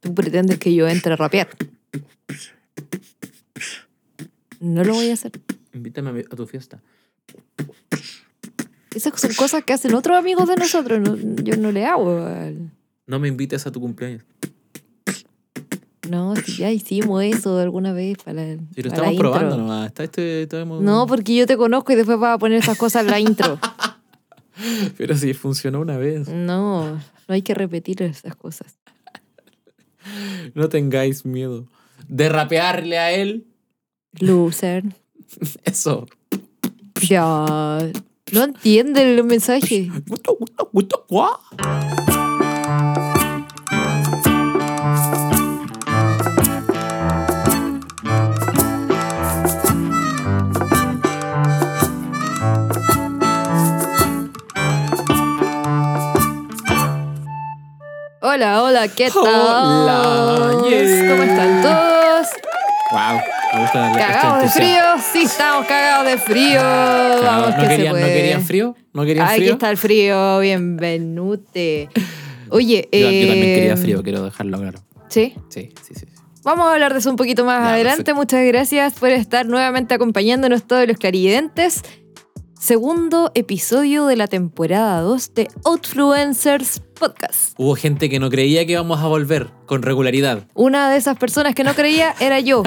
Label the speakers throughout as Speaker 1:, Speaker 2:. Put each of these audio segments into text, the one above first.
Speaker 1: tú pretendes que yo entre a rapear. No lo voy a hacer.
Speaker 2: Invítame a, mi- a tu fiesta.
Speaker 1: Esas son cosas que hacen otros amigos de nosotros. no- yo no le hago. al-
Speaker 2: No me invites a tu cumpleaños.
Speaker 1: No, si ya hicimos eso alguna vez para el-
Speaker 2: Si lo
Speaker 1: para la
Speaker 2: estamos
Speaker 1: intro.
Speaker 2: probando nomás. Está este, estamos-
Speaker 1: No, porque yo te conozco y después vas a poner esas cosas en la intro. pues-
Speaker 2: Pero si funcionó una vez.
Speaker 1: No, no hay que repetir esas cosas. Mm.
Speaker 2: No tengáis miedo. De rapearle a él.
Speaker 1: Loser.
Speaker 2: Eso.
Speaker 1: Ya. No entienden el mensaje.
Speaker 2: Gusto, gusto, gusto, guau.
Speaker 1: Hola, hola, ¿qué tal?
Speaker 2: Hola, yeah.
Speaker 1: ¿Cómo están todos?
Speaker 2: Wow. Me gusta la-
Speaker 1: ¿Cagados de
Speaker 2: este entusiasmo.
Speaker 1: frío? Sí, estamos cagados de frío.
Speaker 2: Cagado.
Speaker 1: Vamos,
Speaker 2: ¿No,
Speaker 1: que se
Speaker 2: querían,
Speaker 1: puede.
Speaker 2: ¿No querían frío? ¿No querían
Speaker 1: Aquí
Speaker 2: frío?
Speaker 1: está el frío, bienvenute. Oye,
Speaker 2: Yo, yo también quería
Speaker 1: eh,
Speaker 2: frío, quiero dejarlo claro.
Speaker 1: Sí.
Speaker 2: Sí, sí, sí. sí.
Speaker 1: Vamos a hablar de eso un poquito más
Speaker 2: Ya,
Speaker 1: adelante.
Speaker 2: perfecto.
Speaker 1: Muchas gracias por estar nuevamente acompañándonos todos los clarividentes. Segundo episodio de la temporada 2 de Outfluencers Podcast.
Speaker 2: Hubo gente que no creía que íbamos a volver con regularidad.
Speaker 1: Una de esas personas que no creía era yo.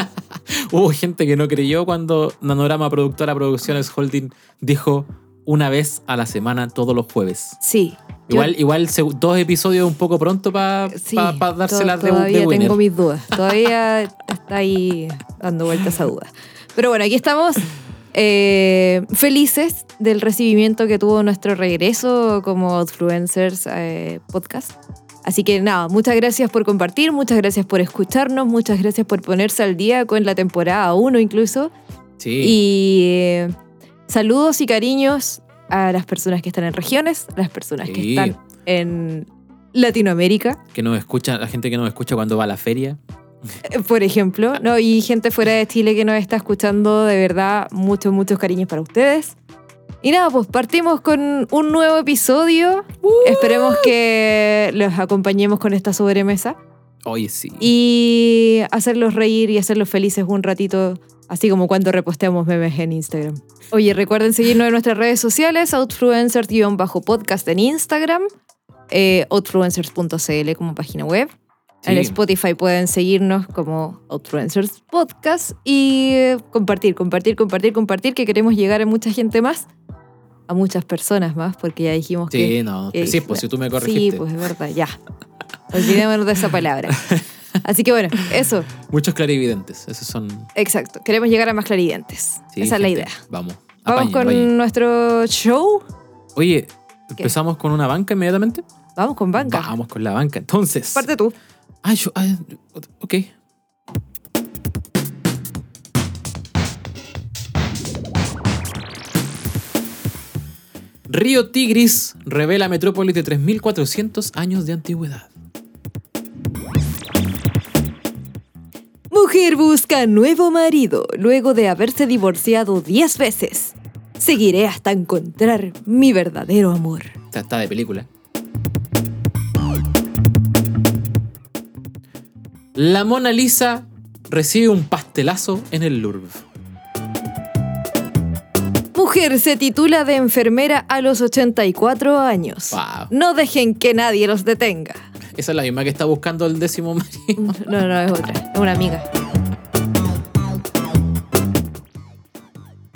Speaker 2: Hubo gente que no creyó cuando Nanorama Productora Producciones Holding dijo una vez a la semana todos los jueves.
Speaker 1: Sí. yo-
Speaker 2: Igual, igual se- dos episodios un poco pronto para
Speaker 1: sí,
Speaker 2: dárselas
Speaker 1: to-
Speaker 2: de,
Speaker 1: Todavía
Speaker 2: de winner.
Speaker 1: tengo mis dudas. Todavía está ahí dando vueltas a dudas. Pero bueno, aquí estamos eh, felices del recibimiento que tuvo nuestro regreso como Outfluencers eh, Podcast. Así que nada, muchas gracias por compartir, muchas gracias por escucharnos, muchas gracias por ponerse al día con la temporada 1 incluso.
Speaker 2: Sí,
Speaker 1: Y eh, saludos y cariños a las personas que están en regiones, las personas que
Speaker 2: Sí.
Speaker 1: están en Latinoamérica,
Speaker 2: que nos escucha, la gente que nos escucha cuando va a la feria.
Speaker 1: eh, por ejemplo, ¿no? y gente fuera de Chile que nos está escuchando, de verdad, muchos, muchos cariños para ustedes. Y nada, pues partimos con un nuevo episodio. Esperemos que los acompañemos con esta sobremesa
Speaker 2: Oye, sí.
Speaker 1: y hacerlos reír y hacerlos felices un ratito, así como cuando reposteamos memes en Instagram. Oye, recuerden seguirnos en nuestras redes sociales, outfluencers-podcast en Instagram, eh, outfluencers.cl como página web. En
Speaker 2: Sí.
Speaker 1: Spotify pueden seguirnos como Outfluencers Podcast y eh, compartir, compartir, compartir, compartir, que queremos llegar a mucha gente más, a muchas personas más, porque ya dijimos que
Speaker 2: Sí, no, no,
Speaker 1: que-
Speaker 2: sí, pues si tú me corregiste.
Speaker 1: Sí, pues es verdad, ya. Olvidémonos de esa palabra. Así que bueno, eso,
Speaker 2: Muchos clarividentes, esos son.
Speaker 1: exacto. Queremos llegar a más clarividentes.
Speaker 2: sí,
Speaker 1: esa es la
Speaker 2: gente,
Speaker 1: idea.
Speaker 2: Vamos.
Speaker 1: Vamos
Speaker 2: apañen,
Speaker 1: con
Speaker 2: apañen.
Speaker 1: nuestro show.
Speaker 2: Oye, ¿empezamos con una banca inmediatamente?
Speaker 1: Vamos con banca.
Speaker 2: Vamos con la banca. Entonces.
Speaker 1: Parte tú.
Speaker 2: Ah, yo. ah, ok. Río Tigris revela metrópolis de 3.400 años de antigüedad.
Speaker 1: Mujer busca nuevo marido luego de haberse divorciado 10 veces. Seguiré hasta encontrar mi verdadero amor.
Speaker 2: Está, está de película. La Mona Lisa recibe un pastelazo en el Louvre.
Speaker 1: Mujer se titula de enfermera a los 84 años.
Speaker 2: Wow.
Speaker 1: No dejen que nadie los detenga.
Speaker 2: Esa es la misma que está buscando el décimo marido.
Speaker 1: No, no, es otra. Es una amiga.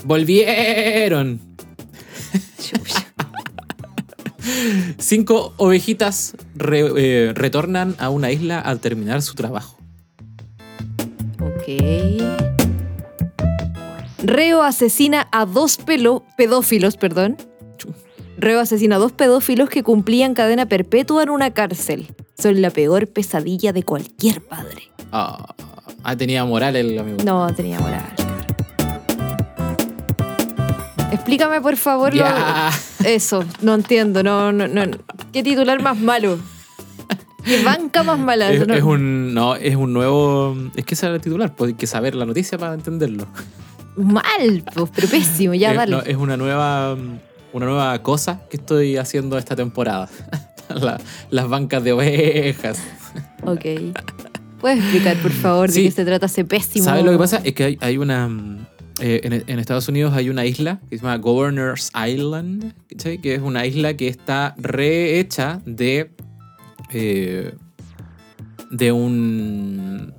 Speaker 2: Volvieron. Cinco ovejitas re- eh, retornan a una isla al terminar su trabajo.
Speaker 1: Ok. Reo asesina a dos pelo- pedófilos, perdón.
Speaker 2: Chu.
Speaker 1: Reo asesina a dos pedófilos que cumplían cadena perpetua en una cárcel. Son la peor pesadilla de cualquier padre.
Speaker 2: Ah, ah, tenía moral el amigo.
Speaker 1: No, tenía moral. Explícame, por favor, lo-
Speaker 2: Ya.
Speaker 1: eso. No entiendo. No, no, no. ¿Qué titular más malo? ¿Qué banca más mala?
Speaker 2: Es,
Speaker 1: No.
Speaker 2: es un, no, es un nuevo. Es que ese era el titular, pues hay que saber la noticia para entenderlo.
Speaker 1: Mal, pues, pero pésimo. Ya,
Speaker 2: es,
Speaker 1: dale.
Speaker 2: no, es una nueva mm, una nueva cosa que estoy haciendo esta temporada. La- las bancas de ovejas.
Speaker 1: Ok. ¿Puedes explicar, por favor,
Speaker 2: Sí.
Speaker 1: de qué se trata ese pésimo?
Speaker 2: ¿Sabes lo que pasa? Es que hay, hay una. mm, eh, en, en Estados Unidos hay una isla que se llama Governor's Island, ¿cachai? Que es una isla que está rehecha de. eh, de un.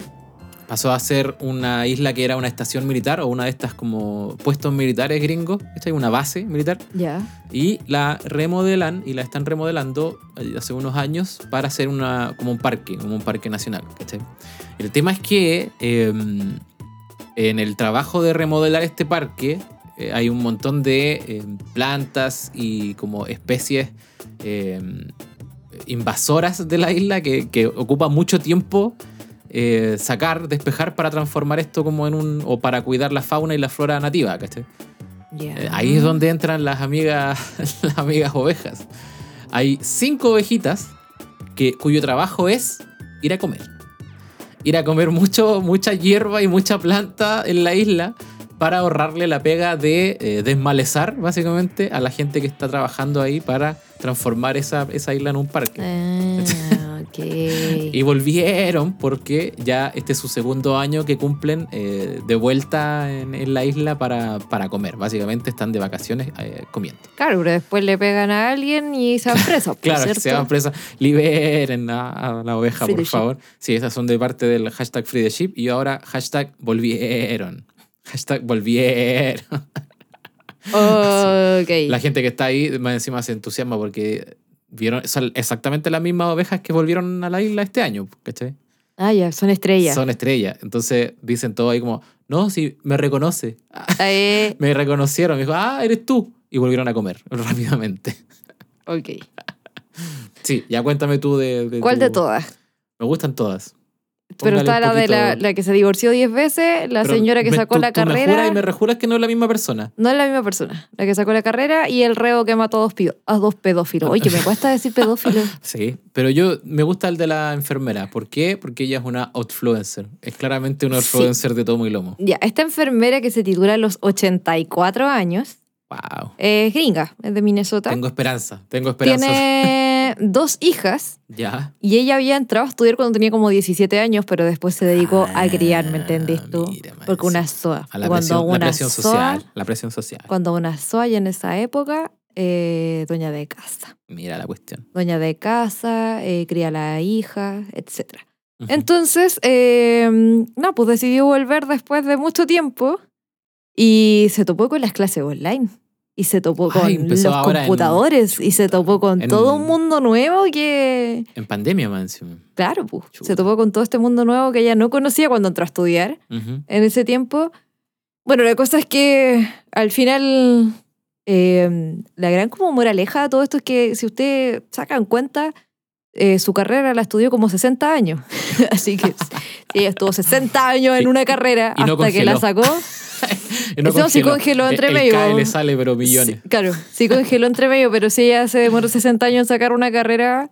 Speaker 2: Pasó a ser una isla que era una estación militar o una de estas como puestos militares gringos, ¿cachai? Una base militar.
Speaker 1: Ya.
Speaker 2: Y la remodelan y la están remodelando eh, hace unos años para hacer una, como un parque, como un parque nacional. ¿cachai? El tema es que eh, en el trabajo de remodelar este parque eh, hay un montón de eh, plantas y como especies eh, invasoras de la isla que, que ocupa mucho tiempo eh, sacar, despejar para transformar esto como en un... o para cuidar la fauna y la flora nativa. ¿cachai?
Speaker 1: ya.
Speaker 2: Eh, Ahí es donde entran las amigas, las amigas ovejas. Hay cinco ovejitas que, cuyo trabajo es ir a comer. Ir a comer mucho, mucha hierba y mucha planta en la isla para ahorrarle la pega de eh, desmalezar, básicamente, a la gente que está trabajando ahí para transformar esa, esa isla en un parque.
Speaker 1: Ah, ok.
Speaker 2: Y volvieron porque ya este es su segundo año que cumplen eh, de vuelta en, en la isla para, para comer. Básicamente están de vacaciones eh, comiendo.
Speaker 1: Claro, pero después le pegan a alguien y se van presos. pues,
Speaker 2: Claro, que
Speaker 1: ¿cierto?
Speaker 2: se van presa. Liberen a, a la oveja,
Speaker 1: Free the
Speaker 2: por
Speaker 1: sheep.
Speaker 2: favor. Sí, esas son de parte del hashtag Free the Sheep. Y ahora hashtag volvieron. Hashtag volvieron.
Speaker 1: Ok.
Speaker 2: La gente que está ahí más encima se entusiasma porque vieron son exactamente las mismas ovejas que volvieron a la isla este año. ¿Cachai?
Speaker 1: Ah, ya, son estrellas.
Speaker 2: Son estrellas. Entonces dicen todo ahí como, no, si me reconoce.
Speaker 1: Eh,
Speaker 2: Me reconocieron. Me dijo, ah, eres tú. Y volvieron a comer rápidamente.
Speaker 1: ok.
Speaker 2: Sí, ya cuéntame tú de... de
Speaker 1: ¿Cuál
Speaker 2: tu-
Speaker 1: de todas?
Speaker 2: Me gustan todas.
Speaker 1: Pero
Speaker 2: Póngale
Speaker 1: está
Speaker 2: un
Speaker 1: la de la,
Speaker 2: poquito-
Speaker 1: la que se divorció 10 veces, la
Speaker 2: Pero
Speaker 1: señora que
Speaker 2: me-
Speaker 1: sacó
Speaker 2: tú-
Speaker 1: la
Speaker 2: tú Me
Speaker 1: carrera.
Speaker 2: juras y me rejuras que no es la misma persona.
Speaker 1: No es la misma persona, la que sacó la carrera y el reo que mató a dos, pi- a dos pedófilos. Oye, que me cuesta decir pedófilo.
Speaker 2: Sí, pero yo me gusta el de la enfermera. ¿Por qué? Porque ella es una outfluencer. Es claramente una
Speaker 1: Sí.
Speaker 2: outfluencer de tomo y lomo.
Speaker 1: Ya, esta enfermera que se titula a los 84 años
Speaker 2: Wow.
Speaker 1: es gringa, es de Minnesota.
Speaker 2: Tengo esperanza, tengo esperanza.
Speaker 1: Tiene dos hijas
Speaker 2: Ya.
Speaker 1: y ella había entrado a estudiar cuando tenía como 17 años, pero después se dedicó
Speaker 2: Ah,
Speaker 1: a criar, ¿me entendés tú?
Speaker 2: mira, man,
Speaker 1: Porque
Speaker 2: sí.
Speaker 1: una soa.
Speaker 2: A la
Speaker 1: cuando
Speaker 2: presión, la
Speaker 1: una
Speaker 2: presión
Speaker 1: soa-
Speaker 2: social. La presión social.
Speaker 1: cuando una soa y en esa época, eh, doña de casa.
Speaker 2: Mira la cuestión.
Speaker 1: Doña de casa, eh, cría a la hija, etcétera.
Speaker 2: Ujú.
Speaker 1: Entonces, eh, no, pues decidió volver después de mucho tiempo y se topó con las clases online. Y se topó con
Speaker 2: Ay,
Speaker 1: los
Speaker 2: empezó ahora en-
Speaker 1: computadores y se topó con
Speaker 2: en-
Speaker 1: todo un mundo nuevo que,
Speaker 2: En pandemia, man. encima.
Speaker 1: claro, pues,
Speaker 2: Chuta.
Speaker 1: se topó con todo este mundo nuevo que ella no conocía cuando entró a estudiar
Speaker 2: Ujú.
Speaker 1: en ese tiempo. Bueno, la cosa es que al final eh, la gran como moraleja de todo esto es que si usted saca en cuenta, eh, su carrera la estudió como 60 años. Así que sí, ella estuvo 60 años en una carrera
Speaker 2: Y no
Speaker 1: hasta que la
Speaker 2: congeló.
Speaker 1: sacó.
Speaker 2: Y no
Speaker 1: Eso sí congeló entre
Speaker 2: el,
Speaker 1: medio.
Speaker 2: CAE le sale, pero millones.
Speaker 1: Sí, claro, sí congeló entre medio, pero si ella se demoró 60 años en sacar una carrera,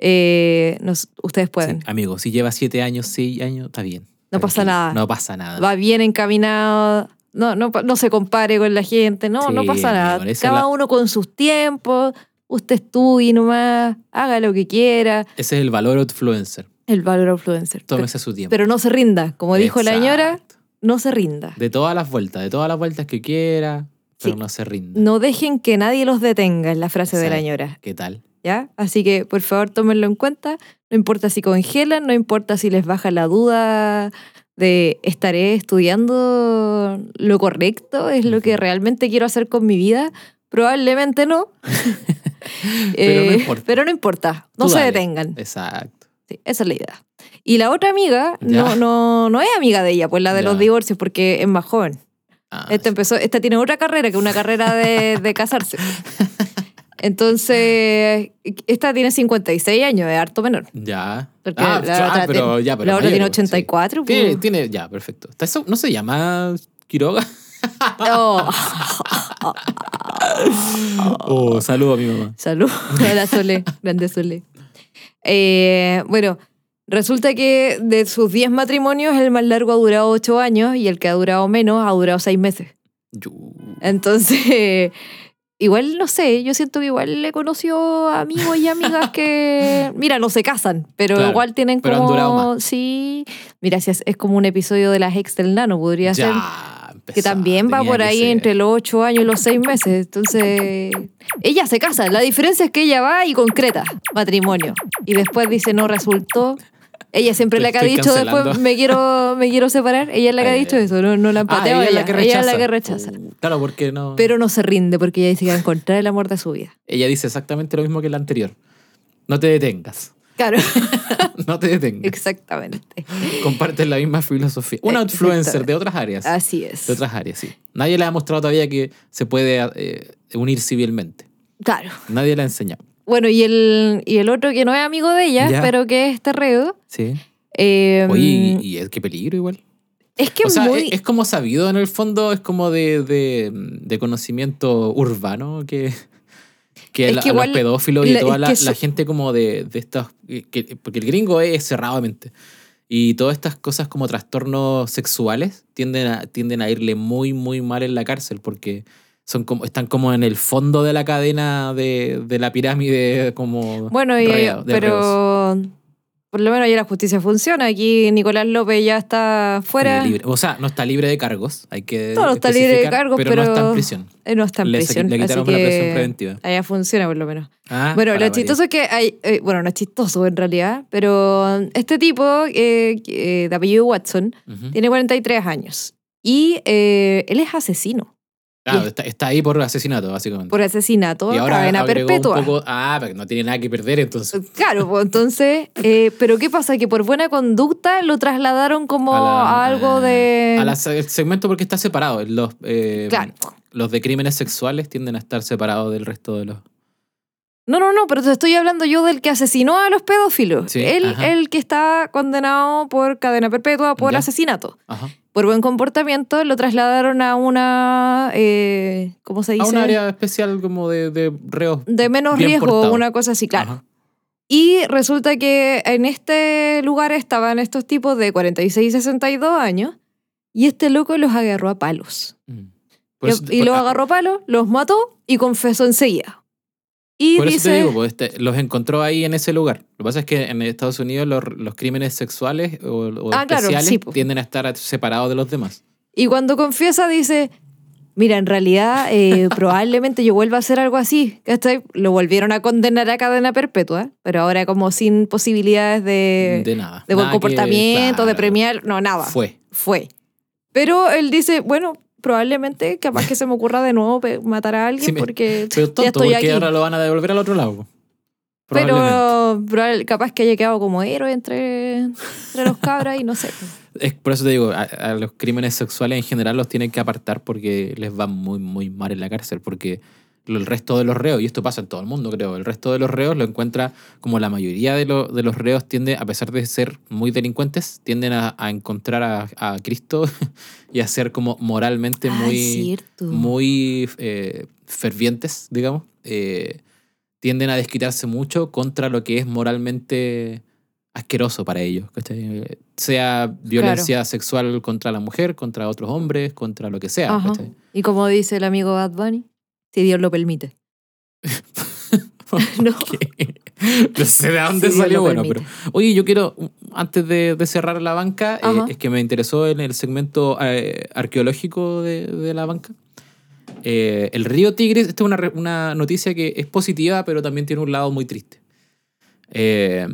Speaker 1: eh, nos- ustedes pueden.
Speaker 2: Sí, amigo, si lleva siete años, seis años, está bien.
Speaker 1: No pasa
Speaker 2: Tranquilo,
Speaker 1: nada.
Speaker 2: No pasa nada.
Speaker 1: va bien encaminado. No, no, pa- no se compare con la gente, no,
Speaker 2: Sí,
Speaker 1: no pasa nada.
Speaker 2: amor, esa
Speaker 1: Cada
Speaker 2: es la-
Speaker 1: uno con sus tiempos, usted estudie nomás, haga lo que quiera,
Speaker 2: Ese es el valor outfluencer.
Speaker 1: el valor influencer. Pero,
Speaker 2: Tómese su tiempo.
Speaker 1: pero no se rinda, como dijo la señora,
Speaker 2: Exacto.
Speaker 1: no se rinda.
Speaker 2: De todas las vueltas, de todas las vueltas que quiera, pero
Speaker 1: Sí.
Speaker 2: no se rinda.
Speaker 1: No dejen que nadie los detenga, es la frase de la
Speaker 2: Exacto.
Speaker 1: señora,
Speaker 2: ¿Qué tal?
Speaker 1: ¿ya? Así que, por favor, tómenlo en cuenta, no importa si congelan, no importa si les baja la duda de estaré estudiando lo correcto, es lo que
Speaker 2: Ujú.
Speaker 1: realmente quiero hacer con mi vida. Probablemente no.
Speaker 2: Pero no
Speaker 1: Eh,
Speaker 2: importa.
Speaker 1: pero no importa, no
Speaker 2: Tú
Speaker 1: se
Speaker 2: dale. Eh.
Speaker 1: detengan.
Speaker 2: Exacto.
Speaker 1: Sí, esa es la idea. Y la otra amiga
Speaker 2: Ya.
Speaker 1: no, no, no es amiga de ella, pues la de
Speaker 2: Ya.
Speaker 1: los divorcios, porque es más joven.
Speaker 2: Ah,
Speaker 1: Esta, empezó, esta tiene otra carrera que una carrera de, de casarse. Entonces, esta tiene 56 años, es harto menor.
Speaker 2: ya.
Speaker 1: Porque
Speaker 2: Ah,
Speaker 1: la
Speaker 2: ah,
Speaker 1: otra
Speaker 2: pero,
Speaker 1: tiene-
Speaker 2: ya, pero
Speaker 1: la otra
Speaker 2: mayor,
Speaker 1: tiene
Speaker 2: pues, sí.
Speaker 1: 84.
Speaker 2: Tiene,
Speaker 1: pues.
Speaker 2: tiene- ya, perfecto. ¿Está eso- ¿No se llama Quiroga?
Speaker 1: Oh,
Speaker 2: Oh, saludo a mi mamá.
Speaker 1: salud. Hola, Sole. Grande Sole. Eh, bueno, resulta que de sus 10 matrimonios, el más largo ha durado 8 años y el que ha durado menos ha durado 6 meses.
Speaker 2: Yu.
Speaker 1: Entonces, Igual, no sé, yo siento que igual le conoció a amigos y amigas que, mira, no se casan, pero
Speaker 2: Claro,
Speaker 1: igual tienen
Speaker 2: pero han
Speaker 1: como...
Speaker 2: durado más.
Speaker 1: Sí, mira, si es, es como un episodio de las ex del nano, podría ser...
Speaker 2: Ya,
Speaker 1: Que
Speaker 2: empezaba,
Speaker 1: también va
Speaker 2: tenía
Speaker 1: por
Speaker 2: que
Speaker 1: ahí
Speaker 2: ser.
Speaker 1: entre los 8 años y los 6 meses. Entonces, ella se casa. La diferencia es que ella va y concreta matrimonio. Y después dice, no resultó. Ella siempre la que ha
Speaker 2: Estoy
Speaker 1: dicho después,
Speaker 2: cancelando.
Speaker 1: me quiero, me quiero separar. Ella es la que ha
Speaker 2: Ay,
Speaker 1: dicho
Speaker 2: ay, ay.
Speaker 1: eso. No, no la
Speaker 2: Ah,
Speaker 1: empateaba.
Speaker 2: ella es la que rechaza.
Speaker 1: ella es la que rechaza.
Speaker 2: Uh, claro, porque no.
Speaker 1: Pero no se rinde porque ella dice que va a encontrar el amor de su vida.
Speaker 2: Ella dice exactamente lo mismo que la anterior. No te detengas.
Speaker 1: Claro,
Speaker 2: No te detengas.
Speaker 1: exactamente.
Speaker 2: Comparten la misma filosofía. Una influencer de otras áreas.
Speaker 1: Así es.
Speaker 2: De otras áreas, sí. Nadie le ha mostrado todavía que se puede eh, unir civilmente.
Speaker 1: Claro.
Speaker 2: Nadie le ha enseñado.
Speaker 1: Bueno, y el, y el otro que no es amigo de ella,
Speaker 2: Ya.
Speaker 1: pero que es terreo.
Speaker 2: Sí.
Speaker 1: eh,
Speaker 2: Oye, y, y es que peligro igual.
Speaker 1: es que
Speaker 2: o sea, e-,
Speaker 1: muy...
Speaker 2: es, es como sabido en el fondo, es como de, de- de conocimiento urbano que, que,
Speaker 1: Es
Speaker 2: la-
Speaker 1: que
Speaker 2: a
Speaker 1: igual
Speaker 2: los pedófilos y
Speaker 1: la-
Speaker 2: toda
Speaker 1: es
Speaker 2: la,
Speaker 1: que eso-
Speaker 2: la gente como de, de estas... que- porque el gringo es cerrado de mente. Y todas estas cosas como trastornos sexuales tienden a, tienden a irle muy, muy mal en la cárcel porque son como, están como en el fondo de la cadena de, de la pirámide como...
Speaker 1: Bueno, y-
Speaker 2: rea- de reos.
Speaker 1: pero por lo menos allá la justicia funciona. Aquí Nicolás López ya está fuera.
Speaker 2: Libre. O sea, no está libre de cargos, hay que
Speaker 1: No, no está libre de
Speaker 2: especificar,
Speaker 1: cargos, pero,
Speaker 2: pero no está en prisión.
Speaker 1: Eh, no está en
Speaker 2: Le-
Speaker 1: prisión.
Speaker 2: le quitaron
Speaker 1: así
Speaker 2: la
Speaker 1: que
Speaker 2: prisión preventiva.
Speaker 1: Allá funciona por lo menos.
Speaker 2: Ah,
Speaker 1: bueno, lo
Speaker 2: para
Speaker 1: chistoso es que hay, eh, bueno, no es chistoso en realidad, pero este tipo eh, eh, de apellido Watson
Speaker 2: variar. Ujú.
Speaker 1: tiene 43 años y eh, él es asesino
Speaker 2: Claro, está, está ahí por asesinato, básicamente.
Speaker 1: por asesinato,
Speaker 2: y ahora
Speaker 1: cadena
Speaker 2: agregó
Speaker 1: perpetua.
Speaker 2: un poco. Ah, pero no tiene nada que perder, entonces.
Speaker 1: Claro, pues entonces, eh, pero ¿qué pasa? Que por buena conducta lo trasladaron como a,
Speaker 2: la-
Speaker 1: algo
Speaker 2: a-
Speaker 1: de...
Speaker 2: A la se- el segmento porque está separado. Los, eh,
Speaker 1: Claro.
Speaker 2: los de crímenes sexuales tienden a estar separados del resto de los.
Speaker 1: No, no, no, pero te estoy hablando yo del que asesinó a los pedófilos.
Speaker 2: Sí,
Speaker 1: él,
Speaker 2: ajá.
Speaker 1: el que está condenado por cadena perpetua por
Speaker 2: Ya.
Speaker 1: asesinato.
Speaker 2: Ajá.
Speaker 1: Por buen comportamiento lo trasladaron a una... eh, ¿Cómo se dice?
Speaker 2: A un área especial como de, de reos.
Speaker 1: de menos
Speaker 2: bien
Speaker 1: riesgo,
Speaker 2: portado.
Speaker 1: una cosa así, claro.
Speaker 2: Ajá.
Speaker 1: Y resulta que en este lugar estaban estos tipos de 46 y 62 años y este loco los agarró a palos.
Speaker 2: Mm. Por
Speaker 1: Y,
Speaker 2: eso-
Speaker 1: y
Speaker 2: por-
Speaker 1: los
Speaker 2: ah,
Speaker 1: agarró palo, los mató y confesó enseguida. Y
Speaker 2: Por eso
Speaker 1: dice,
Speaker 2: te digo, pues, este, los encontró ahí en ese lugar. Lo que pasa es que en Estados Unidos los, los crímenes sexuales o, o
Speaker 1: Ah, claro,
Speaker 2: especiales
Speaker 1: sí, po.
Speaker 2: tienden a estar separados de los demás.
Speaker 1: y cuando confiesa dice, mira, en realidad eh, probablemente yo vuelva a hacer algo así. ¿cachai? Lo volvieron a condenar a cadena perpetua, pero ahora como sin posibilidades de,
Speaker 2: de nada.
Speaker 1: Eh, de buen
Speaker 2: Nada que-
Speaker 1: comportamiento, de
Speaker 2: claro,
Speaker 1: premiar, no, nada.
Speaker 2: Fue.
Speaker 1: Fue. Pero él dice, bueno, probablemente capaz que se me ocurra de nuevo pe- matar a alguien
Speaker 2: Sí, me-
Speaker 1: porque
Speaker 2: Pero tonto,
Speaker 1: ya estoy
Speaker 2: porque
Speaker 1: aquí.
Speaker 2: ahora lo van a devolver al otro lado. pues, Probablemente.
Speaker 1: Pero probable- capaz que haya quedado como héroe entre, entre los cabras y no sé.
Speaker 2: Es, por eso te digo, a, a los crímenes sexuales en general los tienen que apartar porque les va muy, muy mal en la cárcel. Porque lo- el resto de los reos, y esto pasa en todo el mundo creo, el resto de los reos lo encuentra como la mayoría de, lo- de los reos tiende, a pesar de ser muy delincuentes, tienden a, a encontrar a, a Cristo y a ser como moralmente
Speaker 1: Ah,
Speaker 2: Este muy...
Speaker 1: es cierto.
Speaker 2: muy eh, fervientes, digamos, eh, tienden a desquitarse mucho contra lo que es moralmente asqueroso para ellos. ¿cachai? Eh, Sea violencia sexual contra la mujer, contra otros hombres, contra lo que sea.
Speaker 1: Ajá.
Speaker 2: ¿cachai?
Speaker 1: Y como dice el amigo Bad Bunny, si Dios lo permite. no.
Speaker 2: no sé de dónde
Speaker 1: Si Dios
Speaker 2: salió
Speaker 1: lo
Speaker 2: bueno, pero...
Speaker 1: permite.
Speaker 2: Oye, yo quiero, um, antes de, de cerrar la banca, eh,
Speaker 1: Ajá.
Speaker 2: es que me interesó en el segmento eh, arqueológico de, de la banca. Eh, el río Tigris, esta es una, re- una noticia que es positiva, pero también tiene un lado muy triste. Eh,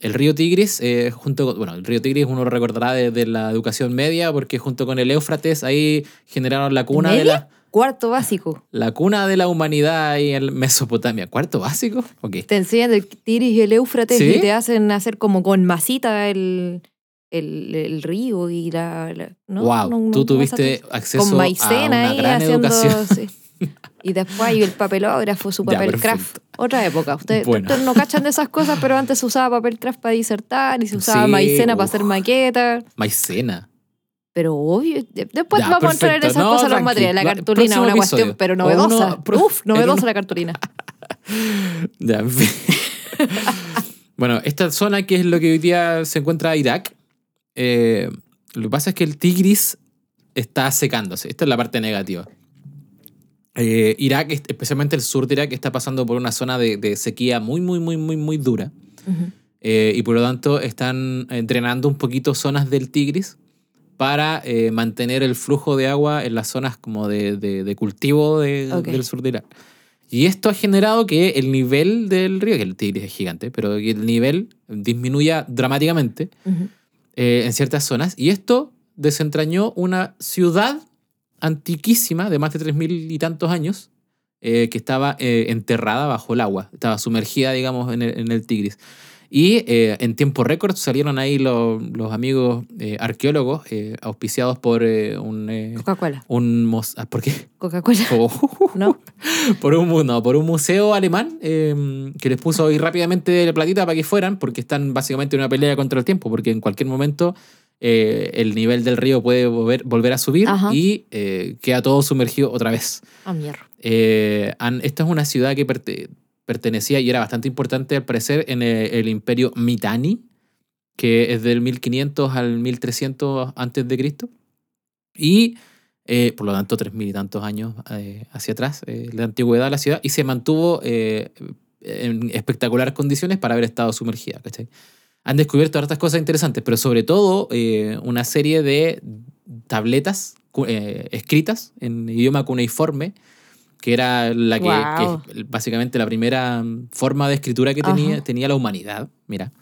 Speaker 2: el río Tigris, eh, junto con- bueno, el río Tigris uno lo recordará desde la educación media, porque junto con el Éufrates ahí generaron la cuna de
Speaker 1: ¿Media?
Speaker 2: la,
Speaker 1: Cuarto básico.
Speaker 2: la cuna de la humanidad ahí en Mesopotamia. ¿Cuarto básico? Ok.
Speaker 1: Te enseñan el Tiris y el Éufrates
Speaker 2: ¿Sí?
Speaker 1: y te hacen hacer como con masita el, el, el río y la... la- ¿no?
Speaker 2: wow,
Speaker 1: No, no,
Speaker 2: tú
Speaker 1: no
Speaker 2: tuviste
Speaker 1: pasaste.
Speaker 2: acceso
Speaker 1: con maicena
Speaker 2: a una
Speaker 1: ahí
Speaker 2: gran
Speaker 1: haciendo...
Speaker 2: educación.
Speaker 1: sí. Y después hay el papelógrafo, su
Speaker 2: Ya,
Speaker 1: papel craft.
Speaker 2: perfecto.
Speaker 1: Otra época. Ustedes
Speaker 2: Bueno.
Speaker 1: ustedes no cachan de esas cosas, pero antes se usaba papel craft para disertar y se usaba
Speaker 2: Sí,
Speaker 1: maicena para
Speaker 2: uf.
Speaker 1: hacer maquetas.
Speaker 2: Maicena.
Speaker 1: Pero obvio, de- después
Speaker 2: Ya,
Speaker 1: vamos a entrar en
Speaker 2: perfecto.
Speaker 1: esas
Speaker 2: No,
Speaker 1: cosas, los
Speaker 2: tranqui.
Speaker 1: materiales, la
Speaker 2: Va-
Speaker 1: cartulina,
Speaker 2: próximo
Speaker 1: una cuestión,
Speaker 2: episodio.
Speaker 1: pero
Speaker 2: O
Speaker 1: novedosa.
Speaker 2: uno pro-
Speaker 1: Uf,
Speaker 2: en
Speaker 1: novedosa
Speaker 2: un-
Speaker 1: la cartulina.
Speaker 2: Ya, en fin. bueno, esta zona que es lo que hoy día se encuentra Irak, eh, lo que pasa es que el Tigris está secándose. Esta es la parte negativa. Eh, Irak, est- especialmente el sur de Irak, está pasando por una zona de, de sequía muy, muy, muy, muy, muy dura.
Speaker 1: Ujú.
Speaker 2: Eh, y por lo tanto están eh, drenando un poquito zonas del Tigris para eh, mantener el flujo de agua en las zonas como de, de- de cultivo de-
Speaker 1: Ok.
Speaker 2: del sur de Irak. Y esto ha generado que el nivel del río, que el Tigris es gigante, pero que el nivel disminuya dramáticamente
Speaker 1: Ujú.
Speaker 2: eh, en ciertas zonas. Y esto desentrañó una ciudad antiquísima de más de 3.000 y tantos años eh, que estaba eh, enterrada bajo el agua, estaba sumergida, digamos, en el, en el Tigris. Y eh, en tiempo récord salieron ahí los, los amigos eh, arqueólogos eh, auspiciados por eh, un... eh,
Speaker 1: Coca-Cola.
Speaker 2: un mos- ah, ¿Por qué?
Speaker 1: Coca-Cola.
Speaker 2: Como-
Speaker 1: No.
Speaker 2: por un, mu- no, por un museo alemán eh, que les puso ahí rápidamente la platita para que fueran, porque están básicamente en una pelea contra el tiempo, porque en cualquier momento eh, el nivel del río puede volver, volver a subir
Speaker 1: Ajá.
Speaker 2: y eh, queda todo sumergido otra vez.
Speaker 1: A mierda.
Speaker 2: Eh, han- esta es una ciudad que perte- pertenecía y era bastante importante al parecer en el, el imperio Mitanni, que es del 1500 al 1300 antes de Cristo. Y eh, por lo tanto, 3000 y tantos años eh, hacia atrás, eh, la antigüedad de la ciudad, y se mantuvo eh, en espectaculares condiciones para haber estado sumergida. ¿cachai? Han descubierto hartas cosas interesantes, pero sobre todo eh, una serie de tabletas cu- eh, escritas en idioma cuneiforme, que era la que,
Speaker 1: Guau.
Speaker 2: que es básicamente la primera mm, forma de escritura que tenía,
Speaker 1: Ajá.
Speaker 2: tenía la humanidad. Mira.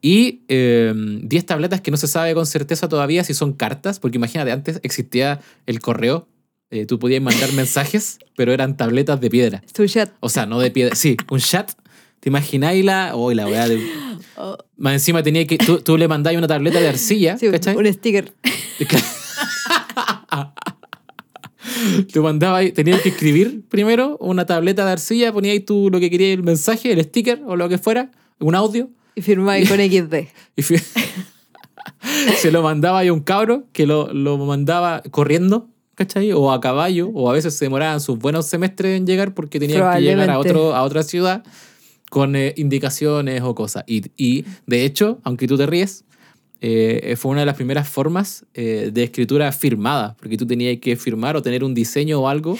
Speaker 2: Y eh, 10 tabletas que no se sabe con certeza todavía si son cartas, porque imagínate, antes existía el correo, eh, tú podías mandar mensajes, pero eran tabletas de piedra.
Speaker 1: Suchet.
Speaker 2: O sea, no de piedra, sí, un chat. ¿Te imagináis la...? Oh, la weá de...
Speaker 1: Oh,
Speaker 2: Más encima tenía que... Tú, tú le mandáis una tableta de arcilla,
Speaker 1: sí, un-
Speaker 2: ¿cachai?
Speaker 1: un sticker.
Speaker 2: Tú mandabas, ahí- tenías que escribir primero una tableta de arcilla, poníais tú lo que querías, el mensaje, el sticker o lo que fuera, un audio.
Speaker 1: Y firmado con XD.
Speaker 2: Y fui- se lo mandaba ahí a un cabro que lo, lo mandaba corriendo, ¿cachai? O a caballo, o a veces se demoraban sus buenos semestres en llegar porque tenían que llegar a,
Speaker 1: Probablemente.
Speaker 2: otro, a otra ciudad con eh, indicaciones o cosas. Y, y, de hecho, aunque tú te ríes, eh, fue una de las primeras formas eh, de escritura firmada, porque tú tenías que firmar o tener un diseño o algo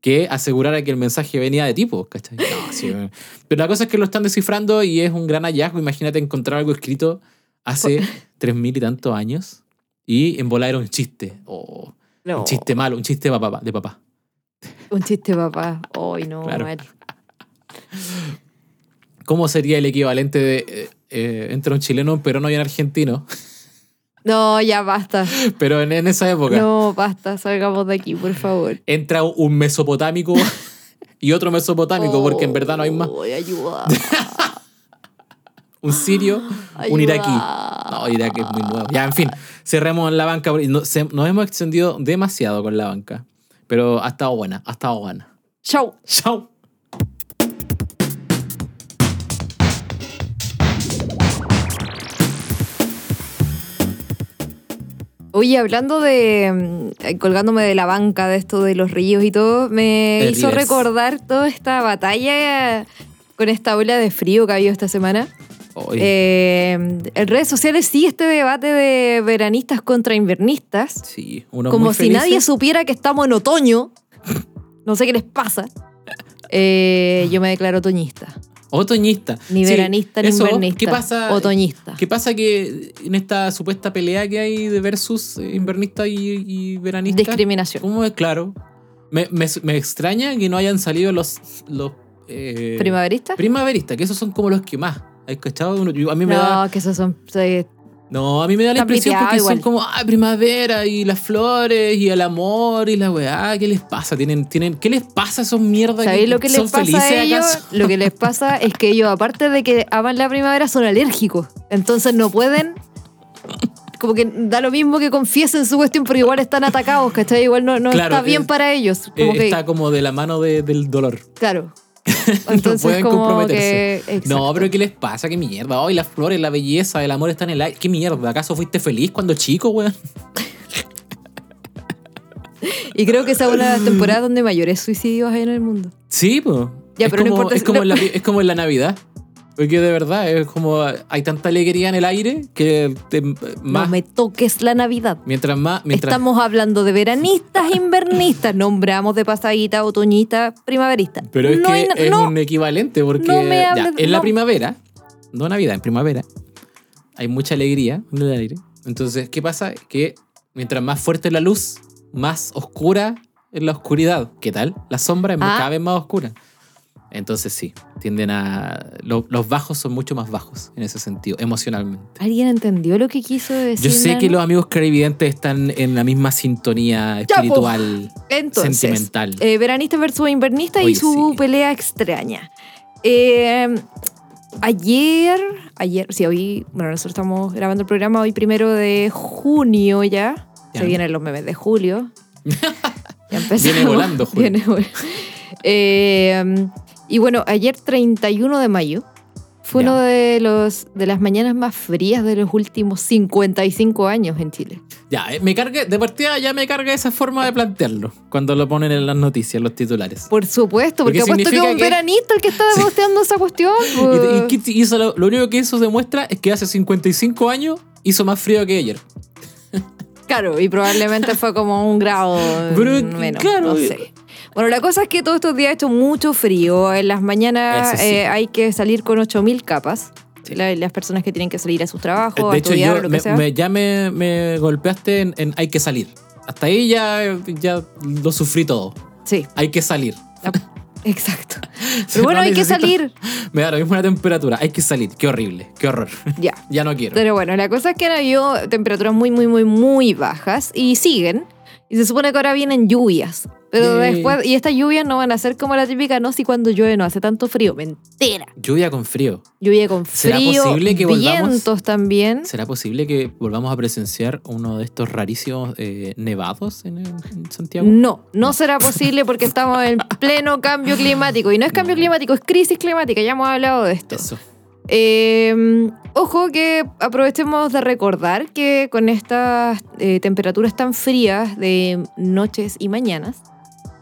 Speaker 2: que asegurara que el mensaje venía de tipo, ¿cachai? No, sí, bueno. Pero la cosa es que lo están descifrando y es un gran hallazgo. Imagínate encontrar algo escrito hace tres mil y tantos años y en volar era un chiste. o Un chiste malo, un chiste de papá. De papá.
Speaker 1: Un chiste, papá. Ay, no,
Speaker 2: Claro.
Speaker 1: Mari.
Speaker 2: ¿Cómo sería el equivalente de eh, eh, entre un chileno, un peruano y un argentino?
Speaker 1: No, ya basta.
Speaker 2: Pero en, en esa época.
Speaker 1: No, basta. Salgamos de aquí, por favor.
Speaker 2: Entra un mesopotámico y otro mesopotámico, porque en verdad no hay más.
Speaker 1: Ay, ayuda.
Speaker 2: Un sirio, un
Speaker 1: Ayuda.
Speaker 2: iraquí. No, Irak es muy nuevo. Ya, en fin, cerremos en la banca. porque no- se- Nos hemos extendido demasiado con la banca. Pero ha estado buena, ha estado buena.
Speaker 1: Chau.
Speaker 2: ¡Chao!
Speaker 1: Oye, hablando de. mm, eh, colgándome de la banca de esto de los ríos y todo, me
Speaker 2: De
Speaker 1: hizo
Speaker 2: rivers.
Speaker 1: recordar toda esta batalla con esta ola de frío que ha habido esta semana.
Speaker 2: Oye,
Speaker 1: Eh, en redes sociales sigue este debate de veranistas contra invernistas.
Speaker 2: sí, uno
Speaker 1: como
Speaker 2: muy
Speaker 1: si nadie
Speaker 2: felices.
Speaker 1: supiera que estamos en otoño. No sé qué les pasa. Eh, yo me declaro otoñista.
Speaker 2: Otoñista.
Speaker 1: Ni
Speaker 2: Sí,
Speaker 1: veranista ni
Speaker 2: eso,
Speaker 1: invernista.
Speaker 2: ¿Qué pasa? eh,
Speaker 1: Otoñista.
Speaker 2: ¿Qué pasa que en esta supuesta pelea que hay de versus eh, invernista y, y veranista?
Speaker 1: Discriminación.
Speaker 2: ¿Cómo es claro? Me, me- me extraña que no hayan salido los, los eh,
Speaker 1: ¿Primaverista?
Speaker 2: primaveristas, que esos son como los que más. ¿Has cachado? Uno- yo- A mí me da,
Speaker 1: No, que esos son. eh, se-
Speaker 2: no, a mí me da la
Speaker 1: Está
Speaker 2: impresión
Speaker 1: piteado
Speaker 2: porque son
Speaker 1: igual.
Speaker 2: como, ah, primavera y las flores y el amor y la weá. ¿Qué les pasa? ¿Tienen, tienen, ¿Qué les pasa a esos mierdas?
Speaker 1: ¿Sabéis lo que les
Speaker 2: ¿Son
Speaker 1: pasa
Speaker 2: felices
Speaker 1: a ellos?
Speaker 2: acaso?
Speaker 1: Lo que les pasa es que ellos, aparte de que aman la primavera, son alérgicos. Entonces no pueden. Como que da lo mismo que confiesen su cuestión, porque igual están atacados, ¿cachai? Igual no, no
Speaker 2: Claro,
Speaker 1: está bien
Speaker 2: eh,
Speaker 1: para ellos. Como
Speaker 2: Eh,
Speaker 1: que,
Speaker 2: Está como de la mano de- del dolor.
Speaker 1: claro. Entonces,
Speaker 2: pueden
Speaker 1: como que.
Speaker 2: comprometerse. No,
Speaker 1: exacto.
Speaker 2: pero ¿qué les pasa? ¿Qué mierda? Ay, las flores, la belleza, el amor está en el aire. ¿Qué mierda? ¿Acaso fuiste feliz cuando chico, weón?
Speaker 1: Y creo que esa es una de las temporadas donde mayores suicidios hay en el mundo.
Speaker 2: Sí, pues.
Speaker 1: Ya,
Speaker 2: es,
Speaker 1: pero no
Speaker 2: como,
Speaker 1: importa
Speaker 2: es,
Speaker 1: si-
Speaker 2: como
Speaker 1: no-
Speaker 2: en la, es como en la Navidad. Porque de verdad es como hay tanta alegría en el aire que te- más,
Speaker 1: No me toques la Navidad.
Speaker 2: mientras más mientras
Speaker 1: Estamos hablando de veranistas, invernistas, nombramos de pasadita, otoñita, primaverista.
Speaker 2: Pero es
Speaker 1: No
Speaker 2: que
Speaker 1: hay na-
Speaker 2: es
Speaker 1: no,
Speaker 2: un equivalente porque
Speaker 1: no me
Speaker 2: ya,
Speaker 1: hables-
Speaker 2: en la
Speaker 1: no.
Speaker 2: primavera, no Navidad, en primavera, hay mucha alegría en el aire. Entonces, ¿qué pasa? Que mientras más fuerte la luz, más oscura es la oscuridad. ¿Qué tal? La sombra es
Speaker 1: Ah.
Speaker 2: cada vez más oscura. Entonces sí, tienden a... lo- los bajos son mucho más bajos en ese sentido, emocionalmente.
Speaker 1: ¿Alguien entendió lo que quiso decir?
Speaker 2: Yo sé que
Speaker 1: Nano?
Speaker 2: los amigos clarividentes están en la misma sintonía
Speaker 1: po.
Speaker 2: espiritual,
Speaker 1: pues, Entonces,
Speaker 2: sentimental.
Speaker 1: eh, veranista versus invernista y
Speaker 2: Oye,
Speaker 1: su
Speaker 2: sí.
Speaker 1: pelea extraña. Eh, ayer, ayer, sí, hoy, bueno, nosotros estamos grabando el programa hoy primero de junio ya.
Speaker 2: Ya.
Speaker 1: Se vienen los memes de julio. ya empezamos.
Speaker 2: Viene volando julio.
Speaker 1: Viene vol- Eh, y bueno, ayer 31 de mayo fue
Speaker 2: Ya.
Speaker 1: uno de los de las mañanas más frías de los últimos 55 años en Chile.
Speaker 2: Ya, eh, me carga, de partida ya me carga esa forma de plantearlo cuando lo ponen en las noticias, los titulares.
Speaker 1: Por supuesto, porque,
Speaker 2: Porque
Speaker 1: apuesto que es
Speaker 2: significa
Speaker 1: un
Speaker 2: que-
Speaker 1: veranito el que está posteando esa cuestión. pues.
Speaker 2: Y,
Speaker 1: po.
Speaker 2: y Kitty hizo lo, lo único que eso demuestra es que hace 55 años hizo más frío que ayer.
Speaker 1: Claro, y probablemente fue como un grado
Speaker 2: Pero,
Speaker 1: menos,
Speaker 2: claro, eh.
Speaker 1: no
Speaker 2: y-
Speaker 1: sé. Bueno, la cosa es que todos estos días ha hecho mucho frío. En las mañanas
Speaker 2: Eso sí.
Speaker 1: eh, hay que salir con 8000 capas.
Speaker 2: Sí. Eh,
Speaker 1: La- las personas que tienen que salir a sus trabajos, Oh, a
Speaker 2: De hecho,
Speaker 1: estudiar,
Speaker 2: yo
Speaker 1: o lo que
Speaker 2: me-
Speaker 1: sea.
Speaker 2: me- ya me, me golpeaste en, en hay que salir. Hasta ahí ya, ya lo sufrí todo.
Speaker 1: Sí,
Speaker 2: Hay que salir.
Speaker 1: exacto.
Speaker 2: No
Speaker 1: Pero bueno, hay que
Speaker 2: necesito-
Speaker 1: salir.
Speaker 2: Me da la misma temperatura. Hay que salir. Qué horrible. Qué horror.
Speaker 1: Ya.
Speaker 2: ya no quiero.
Speaker 1: Pero bueno, la cosa es que han habido temperaturas muy, muy, muy, muy bajas y siguen. Y se supone que ahora vienen lluvias. Pero
Speaker 2: Yay.
Speaker 1: después, y estas lluvias no van a ser como la típica, no, si cuando llueve no hace tanto frío. Mentira.
Speaker 2: Lluvia con frío.
Speaker 1: Lluvia con
Speaker 2: ¿Será
Speaker 1: frío,
Speaker 2: posible que volvamos?
Speaker 1: vientos también.
Speaker 2: ¿Será posible que volvamos a presenciar uno de estos rarísimos eh, nevados en, en Santiago?
Speaker 1: No, no será posible porque estamos en pleno cambio climático. Y no es cambio
Speaker 2: No.
Speaker 1: climático, es crisis climática. Ya hemos hablado de esto.
Speaker 2: Eso.
Speaker 1: Eh, ojo que aprovechemos de recordar que con estas eh, temperaturas tan frías de noches y mañanas,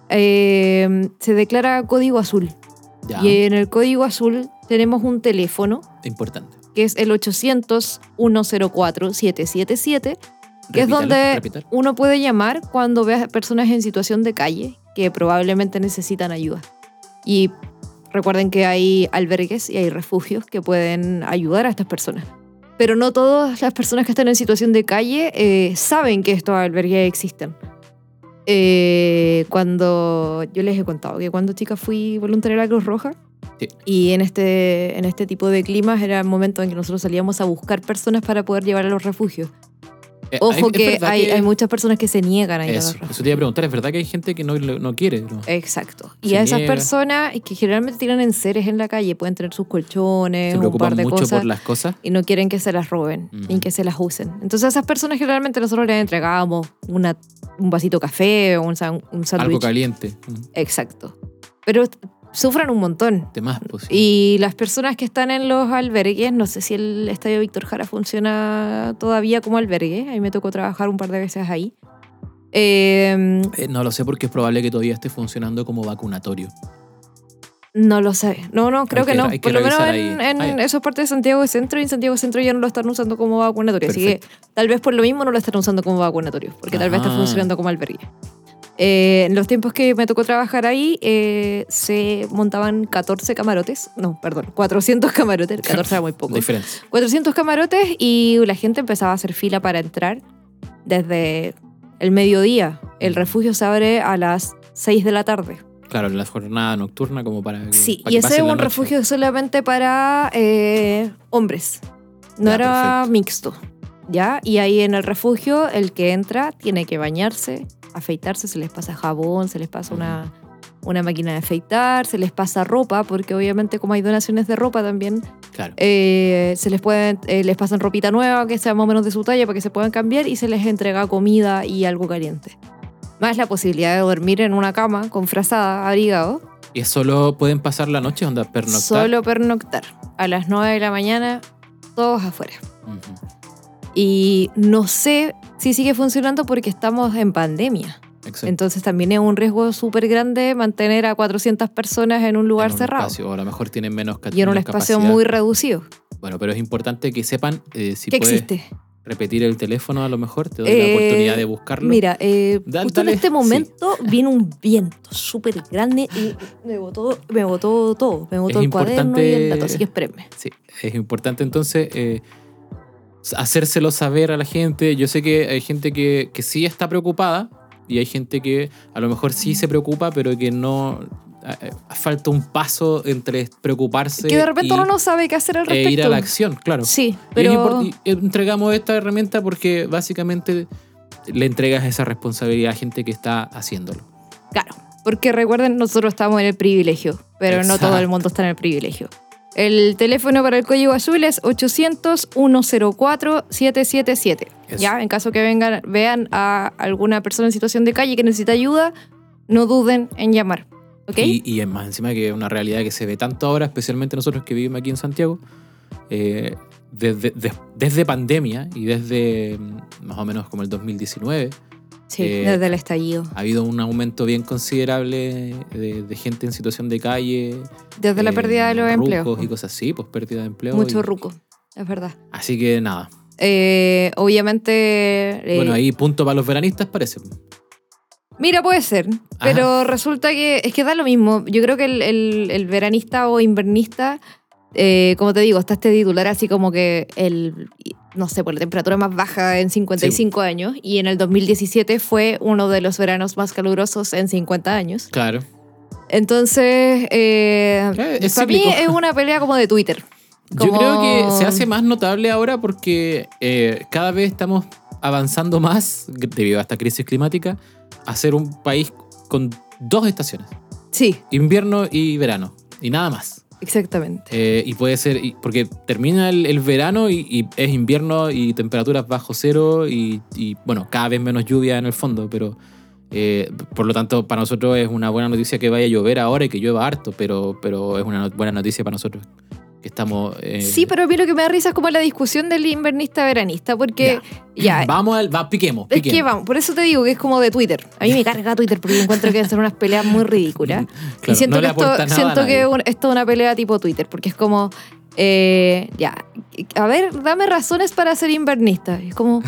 Speaker 1: eh, se declara código azul.
Speaker 2: Ya.
Speaker 1: Y en el código azul tenemos un teléfono
Speaker 2: Importante.
Speaker 1: que es el 800-104-777, que es
Speaker 2: Repítalo,
Speaker 1: donde
Speaker 2: repítalo.
Speaker 1: uno puede llamar cuando veas personas en situación de calle que probablemente necesitan ayuda. Y recuerden que hay albergues y hay refugios que pueden ayudar a estas personas. Pero no todas las personas que están en situación de calle eh, saben que estos albergues existen. Eh, cuando yo les he contado que cuando chica fui voluntaria de la Cruz Roja
Speaker 2: Sí.
Speaker 1: y en este, en este tipo de climas era el momento en que nosotros salíamos a buscar personas para poder llevar a los refugios.
Speaker 2: Eh, hay-
Speaker 1: Ojo
Speaker 2: es
Speaker 1: que
Speaker 2: verdad
Speaker 1: hay,
Speaker 2: que-
Speaker 1: hay muchas personas que se niegan a ir a
Speaker 2: Eso,
Speaker 1: los refugios.
Speaker 2: eso te iba a preguntar, es verdad que hay gente que no, no quiere. ¿no?
Speaker 1: Eh, Exacto. Y
Speaker 2: Se
Speaker 1: a esas
Speaker 2: niega.
Speaker 1: personas que generalmente tiran enseres en la calle, pueden tener sus colchones,
Speaker 2: Se
Speaker 1: un par
Speaker 2: preocupan
Speaker 1: de
Speaker 2: mucho
Speaker 1: cosas,
Speaker 2: por las cosas.
Speaker 1: y no quieren que se las roben
Speaker 2: Ujú.
Speaker 1: ni que se las usen. Entonces a esas personas generalmente nosotros les entregábamos una, un vasito de café o un, san- un
Speaker 2: Algo
Speaker 1: sándwich.
Speaker 2: caliente. Mm,
Speaker 1: Exacto. Pero t- sufren un montón.
Speaker 2: De más, pues.
Speaker 1: Y las personas que están en los albergues, no sé si el Estadio Víctor Jara funciona todavía como albergue, a mí me tocó trabajar un par de veces ahí. Eh,
Speaker 2: Eh, no lo sé porque es probable que todavía esté funcionando como vacunatorio.
Speaker 1: No lo sé. No, no, creo
Speaker 2: Hay
Speaker 1: que,
Speaker 2: que-
Speaker 1: no.
Speaker 2: hay que
Speaker 1: Por lo menos
Speaker 2: revisar
Speaker 1: en,
Speaker 2: ahí.
Speaker 1: en
Speaker 2: Ah, ya.
Speaker 1: esas partes de Santiago Centro y en Santiago Centro ya no lo están usando como vacunatorio. Así que tal vez por lo mismo no lo están usando como vacunatorio, porque tal vez está
Speaker 2: Ajá.
Speaker 1: funcionando como albergue. Eh, en los tiempos que me tocó trabajar ahí, eh, se montaban 14 camarotes. No, perdón, 400 camarotes. 14 era muy poco.
Speaker 2: Diferencia.
Speaker 1: 400 camarotes y la gente empezaba a hacer fila para entrar desde el mediodía. El refugio se abre a las 6 de la tarde.
Speaker 2: Claro, en la jornada nocturna como para que-
Speaker 1: Sí,
Speaker 2: Mm,
Speaker 1: y
Speaker 2: para
Speaker 1: ese
Speaker 2: que
Speaker 1: es
Speaker 2: pasen la
Speaker 1: un
Speaker 2: noche.
Speaker 1: refugio solamente para eh, hombres. No
Speaker 2: Ya,
Speaker 1: era
Speaker 2: perfecto.
Speaker 1: mixto. ¿Ya? Y ahí en el refugio, el que entra tiene que bañarse, afeitarse, se les pasa jabón, se les pasa una, una máquina de afeitar, se les pasa ropa, porque obviamente como hay donaciones de ropa también,
Speaker 2: Claro.
Speaker 1: eh, se les, pueden, eh, les pasan ropita nueva que sea más o menos de su talla para que se puedan cambiar y se les entrega comida y algo caliente. Más la posibilidad de dormir en una cama con frazada, abrigado.
Speaker 2: Y es solo pueden pasar la noche, onda pernoctar.
Speaker 1: Solo pernoctar. A las 9 de la mañana, todos afuera.
Speaker 2: Ujú.
Speaker 1: Y no sé si sigue funcionando porque estamos en pandemia.
Speaker 2: Exacto.
Speaker 1: Entonces también es un riesgo súper grande mantener a 400 personas en un lugar
Speaker 2: en un
Speaker 1: cerrado
Speaker 2: espacio, o a lo mejor tienen menos ca-
Speaker 1: y en un
Speaker 2: menos
Speaker 1: espacio
Speaker 2: capacidad.
Speaker 1: muy reducido.
Speaker 2: Bueno, pero es importante que sepan eh, si
Speaker 1: ¿Qué
Speaker 2: puedes
Speaker 1: existe?
Speaker 2: repetir el teléfono, a lo mejor te doy
Speaker 1: Eh,
Speaker 2: la oportunidad de buscarlo.
Speaker 1: Mira, eh,
Speaker 2: Da-
Speaker 1: justo
Speaker 2: dale,
Speaker 1: en este
Speaker 2: sí.
Speaker 1: momento vino un viento súper grande y me botó, me botó todo. Me botó
Speaker 2: Es
Speaker 1: el cuaderno y el dato,
Speaker 2: importante-
Speaker 1: así que espérenme.
Speaker 2: Sí, es importante entonces eh, hacérselo saber a la gente. Yo sé que hay gente que, que sí está preocupada y hay gente que a lo mejor sí se preocupa, pero que no... eh, falta un paso entre preocuparse
Speaker 1: que de repente
Speaker 2: y-
Speaker 1: uno no sabe qué hacer al
Speaker 2: e
Speaker 1: respecto.
Speaker 2: ir a la acción, claro.
Speaker 1: Sí,
Speaker 2: Y es
Speaker 1: pero
Speaker 2: import- y entregamos esta herramienta porque básicamente le entregas esa responsabilidad a gente que está haciéndolo.
Speaker 1: claro, porque recuerden, nosotros estamos en el privilegio, pero no todo el
Speaker 2: Exacto.
Speaker 1: mundo está en el privilegio. El teléfono para el código azul es 800-104-777.
Speaker 2: Eso.
Speaker 1: Ya, en caso que vengan, vean a alguna persona en situación de calle que necesita ayuda, no duden en llamar. ¿Ok?
Speaker 2: Y, y es más encima que es una realidad que se ve tanto ahora, especialmente nosotros que vivimos aquí en Santiago, eh, desde, des- desde pandemia y desde mm, más o menos como el 2019,
Speaker 1: sí,
Speaker 2: eh,
Speaker 1: desde el estallido.
Speaker 2: ha habido un aumento bien considerable de, de gente en situación de calle.
Speaker 1: Desde la
Speaker 2: eh,
Speaker 1: pérdida de los
Speaker 2: rucos
Speaker 1: empleos.
Speaker 2: Y cosas así, pues pérdida de empleo.
Speaker 1: Mucho
Speaker 2: y-
Speaker 1: ruco, es verdad.
Speaker 2: Así que nada.
Speaker 1: Eh, obviamente. eh,
Speaker 2: Bueno, ahí punto para los veranistas parece.
Speaker 1: Mira, puede ser, pero resulta que es que da lo mismo. Yo creo que el, el- el veranista o invernista, eh, como te digo, está este titular así como que el, no sé, por la temperatura más baja en 55 años y en el 2017 fue uno de los veranos más calurosos en 50 años.
Speaker 2: Claro.
Speaker 1: Entonces, eh,
Speaker 2: Eh, es
Speaker 1: para mí
Speaker 2: cíclico.
Speaker 1: es una pelea como de Twitter.
Speaker 2: Yo
Speaker 1: Como-
Speaker 2: creo que se hace más notable ahora porque eh, cada vez estamos avanzando más, debido a esta crisis climática, a ser un país con dos estaciones,
Speaker 1: Sí,
Speaker 2: invierno y verano, y nada más.
Speaker 1: exactamente.
Speaker 2: Eh, y puede ser, y- porque termina el, el verano y, y es invierno y temperaturas bajo cero y, y, bueno, cada vez menos lluvia en el fondo, pero eh, por lo tanto para nosotros es una buena noticia que vaya a llover ahora y que llueva harto, pero, pero es una no- buena noticia para nosotros que estamos... eh,
Speaker 1: Sí, pero a mí lo que me da risa es como la discusión del invernista-veranista, porque ya,
Speaker 2: Vamos al. Va, piquemos.
Speaker 1: Es
Speaker 2: piquemos.
Speaker 1: que vamos, por eso te digo que es como de Twitter. A mí me carga Twitter porque encuentro que son unas peleas muy ridículas.
Speaker 2: Claro,
Speaker 1: y siento
Speaker 2: no
Speaker 1: que,
Speaker 2: le aporta
Speaker 1: esto,
Speaker 2: nada
Speaker 1: siento
Speaker 2: a
Speaker 1: que
Speaker 2: nadie.
Speaker 1: un- esto es una pelea tipo Twitter, porque es como, eh, ya, a ver, dame razones para ser invernista. Y Es como,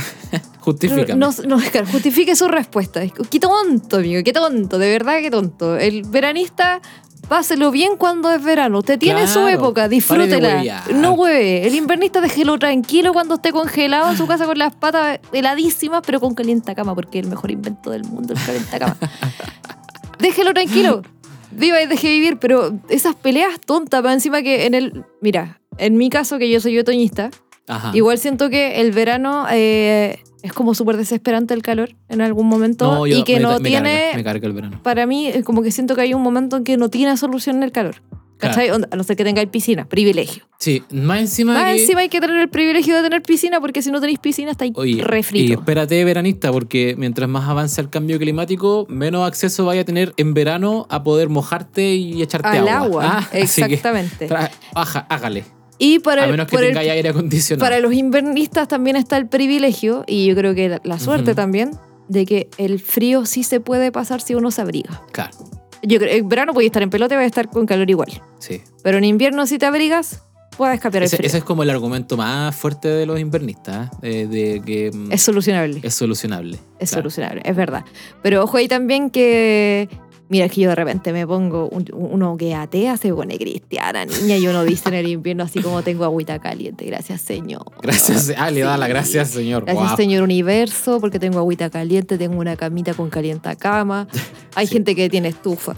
Speaker 2: Justifícame.
Speaker 1: no, no, claro, justifique su respuesta. Es que, Qué tonto, amigo, qué tonto, de verdad qué tonto. El veranista, páselo bien cuando es verano. Usted tiene su
Speaker 2: Claro,
Speaker 1: época,
Speaker 2: pare de
Speaker 1: disfrútela.
Speaker 2: huevear.
Speaker 1: No hueve. El invernista déjelo tranquilo cuando esté congelado en su casa con las patas heladísimas, pero con cama porque es el mejor invento del mundo, el cama déjelo tranquilo. Viva y deje vivir, pero esas peleas tontas, más encima que en el. Mira, en mi caso, que yo soy otoñista,
Speaker 2: Ajá.
Speaker 1: Igual siento que el verano eh, es como súper desesperante el calor en algún momento
Speaker 2: No, yo-
Speaker 1: y que
Speaker 2: me-
Speaker 1: no
Speaker 2: me
Speaker 1: tiene,
Speaker 2: Carga, me carga el verano.
Speaker 1: para mí, es como que siento que hay un momento en que no tiene solución el calor. ¿Cachai? Onda, A no ser que tengáis piscina, privilegio.
Speaker 2: Sí, más encima.
Speaker 1: Más
Speaker 2: que-
Speaker 1: encima hay que tener el privilegio de tener piscina porque si no tenéis piscina estáis
Speaker 2: Oye, y
Speaker 1: refrito.
Speaker 2: espérate, veranista, porque mientras más avanza el cambio climático, menos acceso vaya a tener en verano a poder mojarte y echarte
Speaker 1: Al
Speaker 2: agua.
Speaker 1: agua,
Speaker 2: Ah, así que
Speaker 1: exactamente.
Speaker 2: tra- baja, hágale.
Speaker 1: Y para
Speaker 2: A
Speaker 1: el,
Speaker 2: menos que
Speaker 1: por el-
Speaker 2: tengáis aire acondicionado.
Speaker 1: para los invernistas también está el privilegio y yo creo que la, la suerte
Speaker 2: Ujú.
Speaker 1: también de que el frío sí se puede pasar si uno se abriga.
Speaker 2: Claro,
Speaker 1: Yo creo, en verano voy a estar en pelote, voy a estar con calor igual.
Speaker 2: sí.
Speaker 1: Pero en invierno, si te abrigas, puedes escapar el
Speaker 2: Ese,
Speaker 1: frío.
Speaker 2: ese es como el argumento más fuerte de los invernistas, ¿eh? Eh, de que mm,
Speaker 1: Es solucionable. Es,
Speaker 2: es solucionable. Claro.
Speaker 1: solucionable, es verdad. Pero ojo ahí también que. Mira, es que yo de repente me pongo. un- uno que atea se pone cristiana, niña, y uno dice en el invierno así como tengo agüita caliente. Gracias, Señor.
Speaker 2: Gracias. Ah, le da
Speaker 1: Sí.
Speaker 2: las gracias, señor.
Speaker 1: Gracias,
Speaker 2: Guau.
Speaker 1: Señor Universo, porque tengo agüita caliente, tengo una camita con calienta cama. Hay
Speaker 2: Sí.
Speaker 1: gente que tiene estufa.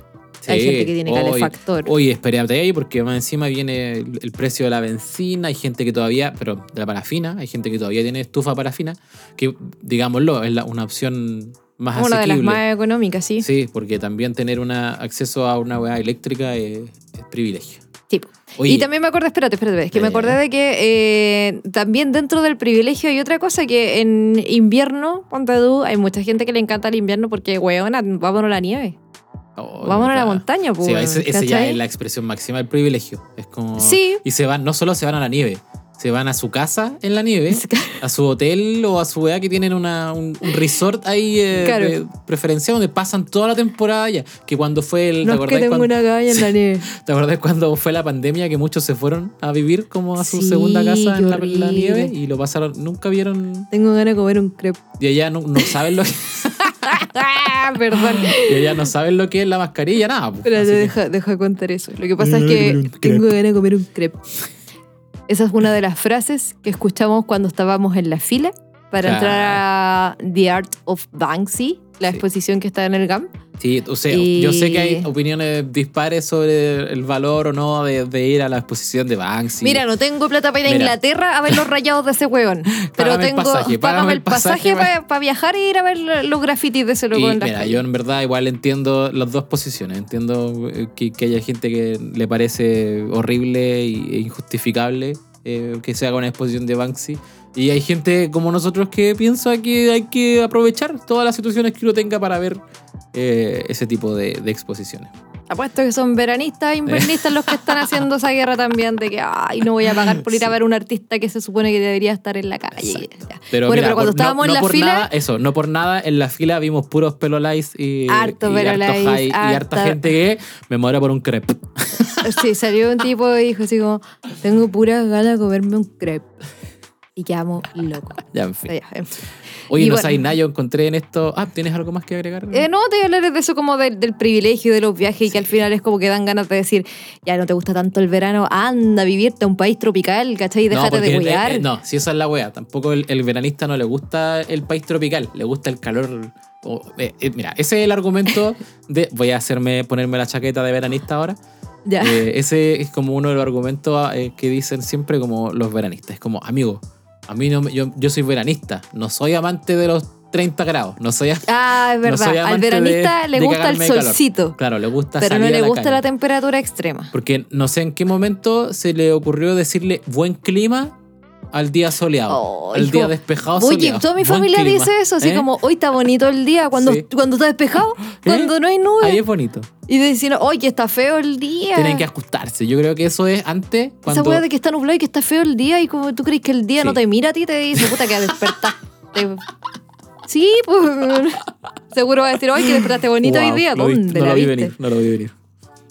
Speaker 1: Hay
Speaker 2: Sí.
Speaker 1: gente que tiene
Speaker 2: Oye,
Speaker 1: calefactor.
Speaker 2: Oye, espérate ahí porque más encima viene el, el precio de la benzina, hay gente que todavía, pero de la parafina, hay gente que todavía tiene estufa parafina, que digámoslo, es la- una opción más
Speaker 1: Una de las
Speaker 2: asequible.
Speaker 1: más económicas, sí.
Speaker 2: Sí, porque también tener una, acceso a una weá eléctrica es, es privilegio.
Speaker 1: Tipo.
Speaker 2: Oye,
Speaker 1: Y también me acordé, espérate, espérate, es que me
Speaker 2: Ya, ya,
Speaker 1: acordé
Speaker 2: ya.
Speaker 1: de que eh, también dentro del privilegio hay otra cosa que en invierno, ponte tú, hay mucha gente que le encanta el invierno porque, weona, vámonos a la nieve,
Speaker 2: oh,
Speaker 1: vámonos a la
Speaker 2: verdad.
Speaker 1: montaña, pues.
Speaker 2: Sí, ese, ese ya
Speaker 1: ¿cachai?
Speaker 2: es la expresión máxima del privilegio. Es como.
Speaker 1: Sí.
Speaker 2: Y se van, no solo se van a la nieve, se van a su casa en la nieve, a su hotel o a su edad que tienen una, un, un resort ahí eh,
Speaker 1: Claro.
Speaker 2: de preferencia donde pasan toda la temporada allá. Que cuando fue
Speaker 1: No
Speaker 2: el. ¿te
Speaker 1: es que
Speaker 2: acordás
Speaker 1: tengo
Speaker 2: cuando-
Speaker 1: una cabaña en la nieve.
Speaker 2: ¿Te acordás cuando fue la pandemia que muchos se fueron a vivir como a su
Speaker 1: Sí,
Speaker 2: segunda casa
Speaker 1: qué
Speaker 2: en la, en la nieve
Speaker 1: horrible.
Speaker 2: y lo pasaron, nunca vieron
Speaker 1: Tengo ganas de comer un crepe.
Speaker 2: y allá no, no saben lo que
Speaker 1: Ah, Perdón.
Speaker 2: y allá no saben lo que es la mascarilla nada. pues.
Speaker 1: Pero
Speaker 2: Así que-
Speaker 1: deja, deja contar eso. Lo que pasa es
Speaker 2: Tengo ganas de comer
Speaker 1: que
Speaker 2: un crepe.
Speaker 1: tengo ganas de comer un crepe. Esa es una de las frases que escuchamos cuando estábamos en la fila para
Speaker 2: Claro.
Speaker 1: entrar a The Art of Banksy, la
Speaker 2: Sí.
Speaker 1: exposición que está en el GAM.
Speaker 2: Sí, o sea,
Speaker 1: Y-
Speaker 2: yo sé que hay opiniones dispares sobre el valor o no de, de ir a la exposición de Banksy.
Speaker 1: Mira, no tengo plata para ir a
Speaker 2: Mira.
Speaker 1: Inglaterra a ver los rayados de ese hueón. Pero
Speaker 2: Págame el
Speaker 1: tengo.
Speaker 2: pasaje, págame el pasaje
Speaker 1: para viajar e ir a ver los grafitis de ese
Speaker 2: Y,
Speaker 1: loco en la
Speaker 2: mira, yo en verdad igual entiendo las dos posiciones. Entiendo eh, que, que haya gente que le parece horrible y- e injustificable eh, que se haga una exposición de Banksy. Y hay gente como nosotros que piensa que hay que aprovechar todas las situaciones que uno tenga para ver eh, ese tipo de, de exposiciones.
Speaker 1: Apuesto que son veranistas e invernistas los que están haciendo esa guerra también de que ay no voy a pagar por ir a ver un artista que se supone que debería estar en la calle. Ya.
Speaker 2: Pero,
Speaker 1: bueno,
Speaker 2: mira,
Speaker 1: pero cuando
Speaker 2: por- no-
Speaker 1: estábamos
Speaker 2: no
Speaker 1: en la
Speaker 2: por
Speaker 1: fila,
Speaker 2: nada- eso, no por nada en la fila vimos puros pelolais y,
Speaker 1: Harto
Speaker 2: y,
Speaker 1: pelolais,
Speaker 2: high, y harta
Speaker 1: harta-
Speaker 2: gente que me muero por un crepe.
Speaker 1: sí, salió un tipo y dijo así como, tengo puras ganas de comerme un crepe. Y quedamos locos.
Speaker 2: Ya, en fin.
Speaker 1: Ya, en fin.
Speaker 2: Oye,
Speaker 1: Y
Speaker 2: no
Speaker 1: bueno.
Speaker 2: sabes nada, yo encontré en esto. Ah, ¿tienes algo más que agregar?
Speaker 1: Eh, no, te voy a hablar de eso como del, del privilegio de los viajes y que al final es como que dan ganas de decir, ya no te gusta tanto el verano, anda a vivirte a un país tropical, ¿cachai? Déjate
Speaker 2: porque,
Speaker 1: de
Speaker 2: eh,
Speaker 1: cuidar.
Speaker 2: eh, no, si esa es la wea. Tampoco el, el veranista no le gusta el país tropical, le gusta el calor. O, eh, eh, mira, ese es el argumento de. Voy a hacerme ponerme la chaqueta de veranista ahora.
Speaker 1: Ya.
Speaker 2: Eh, ese es como uno de los argumentos eh, que dicen siempre como los veranistas. Es como, amigo, a mí no, me- yo, yo soy veranista, no soy amante de los 30 grados, no soy...
Speaker 1: Ah, es
Speaker 2: no
Speaker 1: verdad.
Speaker 2: soy
Speaker 1: Al
Speaker 2: amante de-
Speaker 1: veranista le
Speaker 2: de
Speaker 1: gusta el
Speaker 2: cagarme de calor.
Speaker 1: solcito,
Speaker 2: Claro, le gusta
Speaker 1: pero
Speaker 2: salir
Speaker 1: no
Speaker 2: a
Speaker 1: le
Speaker 2: la
Speaker 1: gusta
Speaker 2: calle.
Speaker 1: la temperatura extrema.
Speaker 2: Porque no sé en qué momento se le ocurrió decirle buen clima al día soleado,
Speaker 1: Oh,
Speaker 2: al
Speaker 1: es
Speaker 2: día
Speaker 1: como,
Speaker 2: despejado
Speaker 1: Oye,
Speaker 2: soleado.
Speaker 1: toda mi
Speaker 2: Buen
Speaker 1: familia
Speaker 2: clima,
Speaker 1: dice eso, así
Speaker 2: ¿eh?
Speaker 1: como, hoy está bonito el día, cuando,
Speaker 2: Sí.
Speaker 1: cuando está despejado, cuando no hay nubes.
Speaker 2: Ahí es bonito.
Speaker 1: Y diciendo, hoy que está feo el día.
Speaker 2: Tienen que ajustarse. Yo creo que eso es antes cuando...
Speaker 1: Esa weá de que está nublado y que está feo el día y como tú crees que el día
Speaker 2: Sí.
Speaker 1: no te mira a ti y te dice, puta, que despertaste. sí, pues... Seguro va a decir, hoy que despertaste bonito
Speaker 2: Wow,
Speaker 1: hoy día.
Speaker 2: lo vi-
Speaker 1: ¿Dónde
Speaker 2: no
Speaker 1: la
Speaker 2: lo vi
Speaker 1: viste?
Speaker 2: venir, no lo vi venir.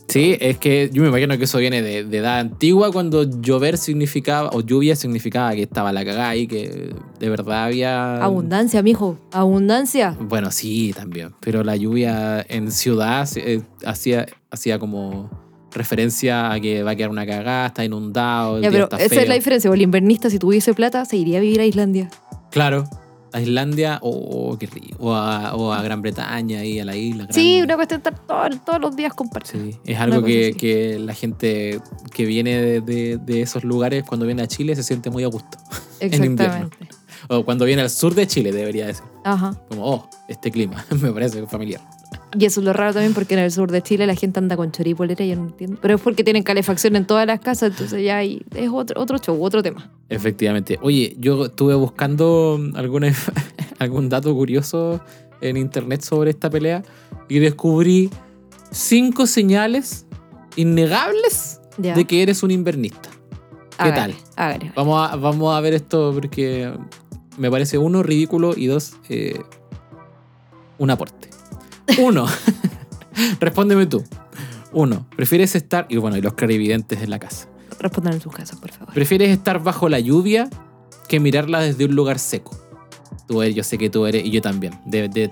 Speaker 2: Sí, es que yo me imagino que eso viene de, de edad antigua, cuando llover significaba, o lluvia significaba que estaba la cagada y que de verdad había...
Speaker 1: Abundancia, mijo. Abundancia.
Speaker 2: Bueno, sí, también. Pero la lluvia en ciudad eh, hacía, hacía como referencia a que va a quedar una cagada, está inundado, el
Speaker 1: Ya,
Speaker 2: día
Speaker 1: pero
Speaker 2: está
Speaker 1: esa es la
Speaker 2: feo.
Speaker 1: diferencia. porque El invernista, si tuviese plata, se iría a vivir a Islandia.
Speaker 2: Claro. A Islandia o qué rico. O a, o a Gran Bretaña y a la isla.
Speaker 1: Sí,
Speaker 2: grande.
Speaker 1: una cuestión de estar todo- todos los días compartiendo.
Speaker 2: Sí, es algo
Speaker 1: cosa
Speaker 2: que,
Speaker 1: así.
Speaker 2: que la gente que viene de, de- de esos lugares cuando viene a Chile se siente muy a gusto. en invierno.
Speaker 1: Exactamente.
Speaker 2: O cuando viene al sur de Chile, debería decir.
Speaker 1: Ajá.
Speaker 2: Como, oh, este clima, me parece familiar.
Speaker 1: Y eso es lo raro también porque en el sur de Chile la gente anda con choripolera, yo no entiendo. Pero es porque tienen calefacción en todas las casas, entonces ya ahí es otro, otro show, otro tema.
Speaker 2: Efectivamente. Oye, yo estuve buscando alguna, algún dato curioso en internet sobre esta pelea y descubrí cinco señales innegables
Speaker 1: Ya.
Speaker 2: de que eres un invernista. ¿Qué
Speaker 1: Hágale,
Speaker 2: tal?
Speaker 1: hágale.
Speaker 2: Vamos a, vamos a ver esto porque me parece, uno, ridículo y dos, eh, un aporte. Uno, respóndeme tú. Uno, ¿prefieres estar, y bueno, y los clarividentes en la casa,
Speaker 1: Respondan en sus casas, por favor.
Speaker 2: ¿prefieres estar bajo la lluvia que mirarla desde un lugar seco? Tú eres, yo sé que tú eres, y yo también, de, de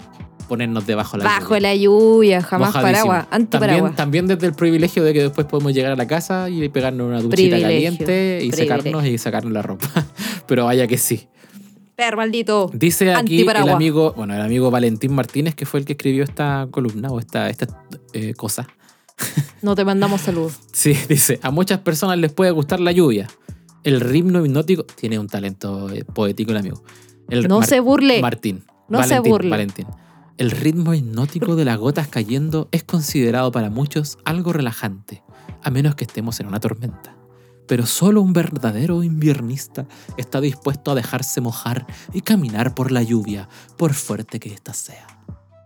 Speaker 2: ponernos debajo de la
Speaker 1: Bajo
Speaker 2: lluvia.
Speaker 1: la lluvia, jamás
Speaker 2: Mojadísimo.
Speaker 1: paraguas,
Speaker 2: También,
Speaker 1: antiparaguas.
Speaker 2: también desde el privilegio de que después podemos llegar a la casa y pegarnos una duchita
Speaker 1: Privilegio,
Speaker 2: caliente y
Speaker 1: privilegio.
Speaker 2: secarnos y sacarnos la ropa. Pero vaya que sí.
Speaker 1: Perro maldito.
Speaker 2: Dice aquí el
Speaker 1: Antiparaguas.
Speaker 2: amigo, bueno, el amigo Valentín Martínez, que fue el que escribió esta columna o esta, esta eh, cosa.
Speaker 1: No te mandamos saludos.
Speaker 2: Sí, dice, a muchas personas les puede gustar la lluvia. El ritmo hipnótico tiene un talento eh, poético el amigo. El
Speaker 1: No
Speaker 2: Mar-
Speaker 1: se burle.
Speaker 2: Martín.
Speaker 1: No se
Speaker 2: Valentín,
Speaker 1: burle.
Speaker 2: Valentín. El ritmo hipnótico de las gotas cayendo es considerado para muchos algo relajante, a menos que estemos en una tormenta. Pero solo un verdadero inviernista está dispuesto a dejarse mojar y caminar por la lluvia, por fuerte que ésta sea.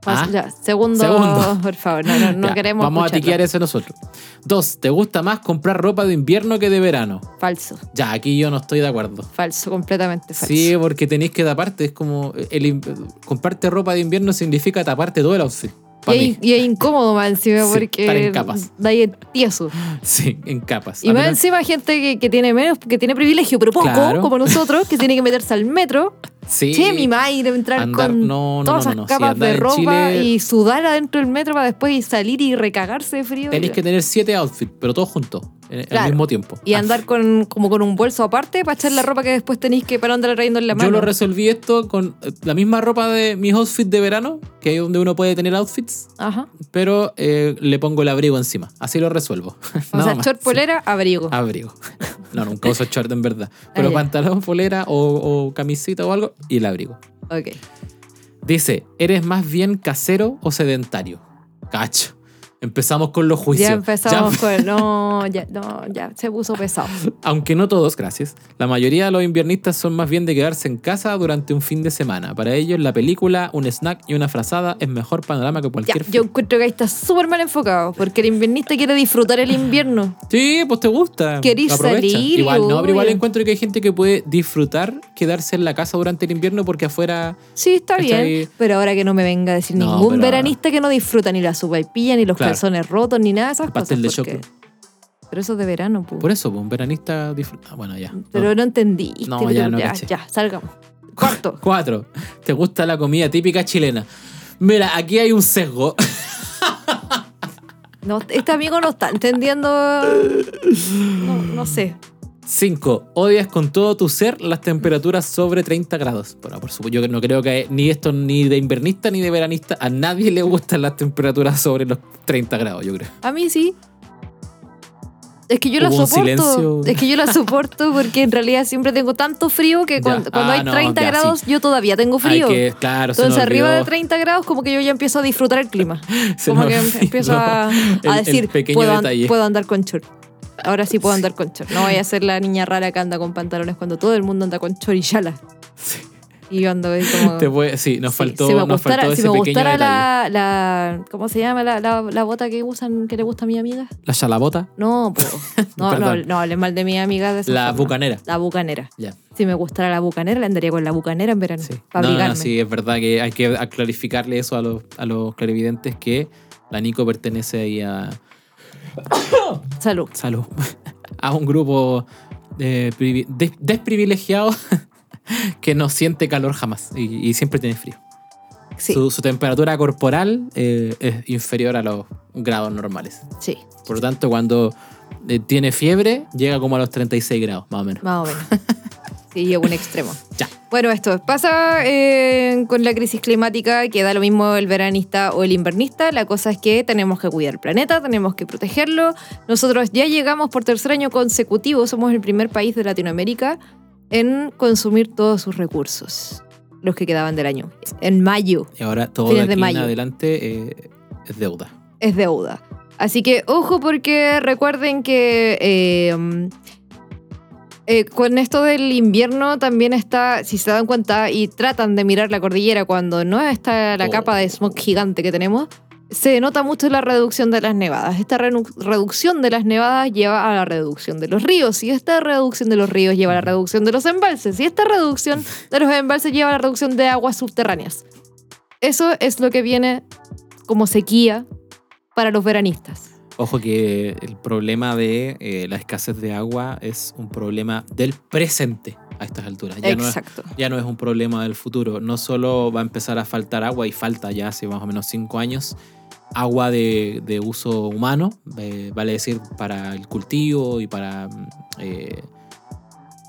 Speaker 1: Pas-
Speaker 2: Ah.
Speaker 1: ya, segundo,
Speaker 2: Segundo.
Speaker 1: por favor. No, no, no
Speaker 2: Ya,
Speaker 1: queremos
Speaker 2: Vamos a
Speaker 1: escucharlo.
Speaker 2: tiquear eso nosotros. Dos, ¿te gusta más comprar ropa de invierno que de verano?
Speaker 1: Falso,
Speaker 2: Ya, aquí yo no estoy de acuerdo.
Speaker 1: falso, completamente falso.
Speaker 2: Sí, porque tenéis que taparte. Es como. El, in- comprarte ropa de invierno significa taparte todo el outfit.
Speaker 1: y,
Speaker 2: Para mí.
Speaker 1: es, y es incómodo más encima
Speaker 2: Sí, estar
Speaker 1: porque
Speaker 2: en capas.
Speaker 1: da ahí el tieso.
Speaker 2: Sí, en capas.
Speaker 1: Y
Speaker 2: A
Speaker 1: más
Speaker 2: menos-
Speaker 1: encima gente que, que tiene menos, que tiene privilegio, pero poco,
Speaker 2: Claro.
Speaker 1: como nosotros, que tiene que meterse al metro.
Speaker 2: sí,
Speaker 1: Che, mi madre, entrar
Speaker 2: andar-
Speaker 1: con
Speaker 2: no, no,
Speaker 1: todas
Speaker 2: no,
Speaker 1: esas
Speaker 2: no, no, sí,
Speaker 1: capas
Speaker 2: andar
Speaker 1: de
Speaker 2: en
Speaker 1: ropa
Speaker 2: Chile-
Speaker 1: y sudar adentro del metro para después y salir y recagarse de frío.
Speaker 2: Tenéis que tener siete outfits, pero todos juntos, en-
Speaker 1: Claro.
Speaker 2: al mismo tiempo.
Speaker 1: Y
Speaker 2: Ah,
Speaker 1: andar con, como con un bolso aparte para echar la ropa que después tenéis que para andar trayendo en la mano.
Speaker 2: Yo lo resolví esto con eh, la misma ropa de mis outfits de verano, que es donde uno puede tener outfits,
Speaker 1: Ajá.
Speaker 2: pero eh, le pongo el abrigo encima. Así lo resuelvo.
Speaker 1: O
Speaker 2: Nada
Speaker 1: sea,
Speaker 2: más.
Speaker 1: short, polera, abrigo.
Speaker 2: Abrigo. No, nunca uso short en verdad. Pero
Speaker 1: Ah, ya.
Speaker 2: pantalón, polera o, o camisita o algo y el abrigo.
Speaker 1: Ok.
Speaker 2: Dice, ¿eres más bien casero o sedentario? Cacho. Empezamos con los juicios.
Speaker 1: Ya empezamos
Speaker 2: Ya-
Speaker 1: con. No, ya, no, ya se puso pesado.
Speaker 2: aunque no todos, gracias. La mayoría de los inviernistas son más bien de quedarse en casa durante un fin de semana. Para ellos, la película, un snack y una frazada es mejor panorama que
Speaker 1: Ya,
Speaker 2: cualquier
Speaker 1: yo
Speaker 2: fin.
Speaker 1: encuentro que ahí está súper mal enfocado porque el inviernista quiere disfrutar el invierno.
Speaker 2: Sí, pues te gusta.
Speaker 1: Querís
Speaker 2: aprovecha.
Speaker 1: salir,
Speaker 2: Igual, no, pero igual
Speaker 1: obvio.
Speaker 2: encuentro que hay gente que puede disfrutar quedarse en la casa durante el invierno porque afuera
Speaker 1: Sí, está
Speaker 2: Está
Speaker 1: bien,
Speaker 2: ahí.
Speaker 1: pero ahora que no me venga a decir
Speaker 2: No,
Speaker 1: ningún
Speaker 2: pero-
Speaker 1: veranista que no disfruta ni la sopaipilla, ni los
Speaker 2: Claro.
Speaker 1: calzones rotos, ni nada de esas
Speaker 2: pastel de
Speaker 1: cosas.
Speaker 2: choclo.
Speaker 1: porque- Pero eso es de verano, pues.
Speaker 2: Por eso, pues, un veranista disfruta. ah, Bueno, ya.
Speaker 1: Pero no entendí.
Speaker 2: No, ya, no
Speaker 1: ya,
Speaker 2: caché.
Speaker 1: ya, salgamos. Cuarto.
Speaker 2: Cuatro. ¿Te gusta la comida típica chilena? Mira, aquí hay un sesgo.
Speaker 1: No, este amigo no está entendiendo. No, no sé.
Speaker 2: Cinco. Odias con todo tu ser las temperaturas sobre 30 grados. Bueno, por supuesto, yo no creo que ni esto ni de invernista ni de veranista a nadie le gustan las temperaturas sobre los 30 grados, yo creo.
Speaker 1: A mí sí. Es que yo la
Speaker 2: Hubo un
Speaker 1: soporto.
Speaker 2: silencio.
Speaker 1: Es que yo la soporto porque en realidad siempre tengo tanto frío que
Speaker 2: Ya.
Speaker 1: cuando, cuando
Speaker 2: Ah,
Speaker 1: hay
Speaker 2: no,
Speaker 1: 30
Speaker 2: ya, sí.
Speaker 1: grados yo todavía tengo frío.
Speaker 2: Hay que, claro, se
Speaker 1: Entonces
Speaker 2: nos
Speaker 1: arriba de
Speaker 2: olvidó-
Speaker 1: 30 grados como que yo ya empiezo a disfrutar el clima.
Speaker 2: se
Speaker 1: Como
Speaker 2: nos
Speaker 1: que
Speaker 2: olvidó
Speaker 1: empiezo a, a
Speaker 2: el- el
Speaker 1: decir,
Speaker 2: pequeño
Speaker 1: puedo, an-
Speaker 2: detalle.
Speaker 1: puedo andar con short. Ahora sí puedo andar con short. No voy a ser la niña rara que anda con pantalones cuando todo el mundo anda con short y yala.
Speaker 2: Sí.
Speaker 1: Y yo ando ahí como...
Speaker 2: Te voy- sí, nos
Speaker 1: Sí,
Speaker 2: faltó,
Speaker 1: si me
Speaker 2: nos
Speaker 1: gustara,
Speaker 2: faltó
Speaker 1: si
Speaker 2: ese
Speaker 1: me
Speaker 2: pequeño
Speaker 1: gustara
Speaker 2: detalle. La...
Speaker 1: la, la- ¿Cómo se llama la, la- la bota que usan, que le gusta a mi amiga?
Speaker 2: chalabota,
Speaker 1: No, po. no, no,
Speaker 2: Perdón.
Speaker 1: no hables mal de mi amiga de esa
Speaker 2: la
Speaker 1: forma.
Speaker 2: bucanera.
Speaker 1: La bucanera.
Speaker 2: Ya.
Speaker 1: Si me gustara la bucanera, la andaría con la bucanera en verano.
Speaker 2: Sí.
Speaker 1: Para
Speaker 2: No, no, no,
Speaker 1: abrigarme.
Speaker 2: sí, es verdad que hay que clarificarle eso a los, a los clarividentes que la Nico pertenece ahí a.
Speaker 1: Salud.
Speaker 2: Salud. A un grupo eh, privi- des- desprivilegiado que no siente calor jamás y, y siempre tiene frío.
Speaker 1: Sí,
Speaker 2: Su, su temperatura corporal eh, es inferior a los grados normales.
Speaker 1: sí,
Speaker 2: Por lo tanto, cuando eh, tiene fiebre, llega como a los 36 grados, más o menos.
Speaker 1: más o menos. Sí, llevo un extremo.
Speaker 2: Ya.
Speaker 1: Bueno, esto pasa eh, con la crisis climática, que da lo mismo el veranista o el invernista. La cosa es que tenemos que cuidar el planeta, tenemos que protegerlo. Nosotros ya llegamos por tercer año consecutivo, somos el primer país de Latinoamérica en consumir todos sus recursos, los que quedaban del año. En mayo
Speaker 2: Y ahora todo de
Speaker 1: Fines de
Speaker 2: aquí en
Speaker 1: mayo.
Speaker 2: adelante eh, es deuda.
Speaker 1: es deuda. Así que ojo porque recuerden que eh, mm, eh, con esto del invierno también está, si se dan cuenta y tratan de mirar la cordillera cuando no está la
Speaker 2: Oh.
Speaker 1: capa de smog gigante que tenemos, se nota mucho la reducción de las nevadas. Esta renu- reducción de las nevadas lleva a la reducción de los ríos y esta reducción de los ríos lleva a la reducción de los embalses y esta reducción de los embalses lleva a la reducción de aguas subterráneas. Eso es lo que viene como sequía para los veranistas.
Speaker 2: Ojo que el problema de eh, la escasez de agua es un problema del presente a estas alturas. Ya no es
Speaker 1: Exacto.
Speaker 2: ya no es un problema del futuro. No solo va a empezar a faltar agua, y falta ya hace más o menos cinco años, agua de, de uso humano, eh, vale decir, para el cultivo y para, mm, eh,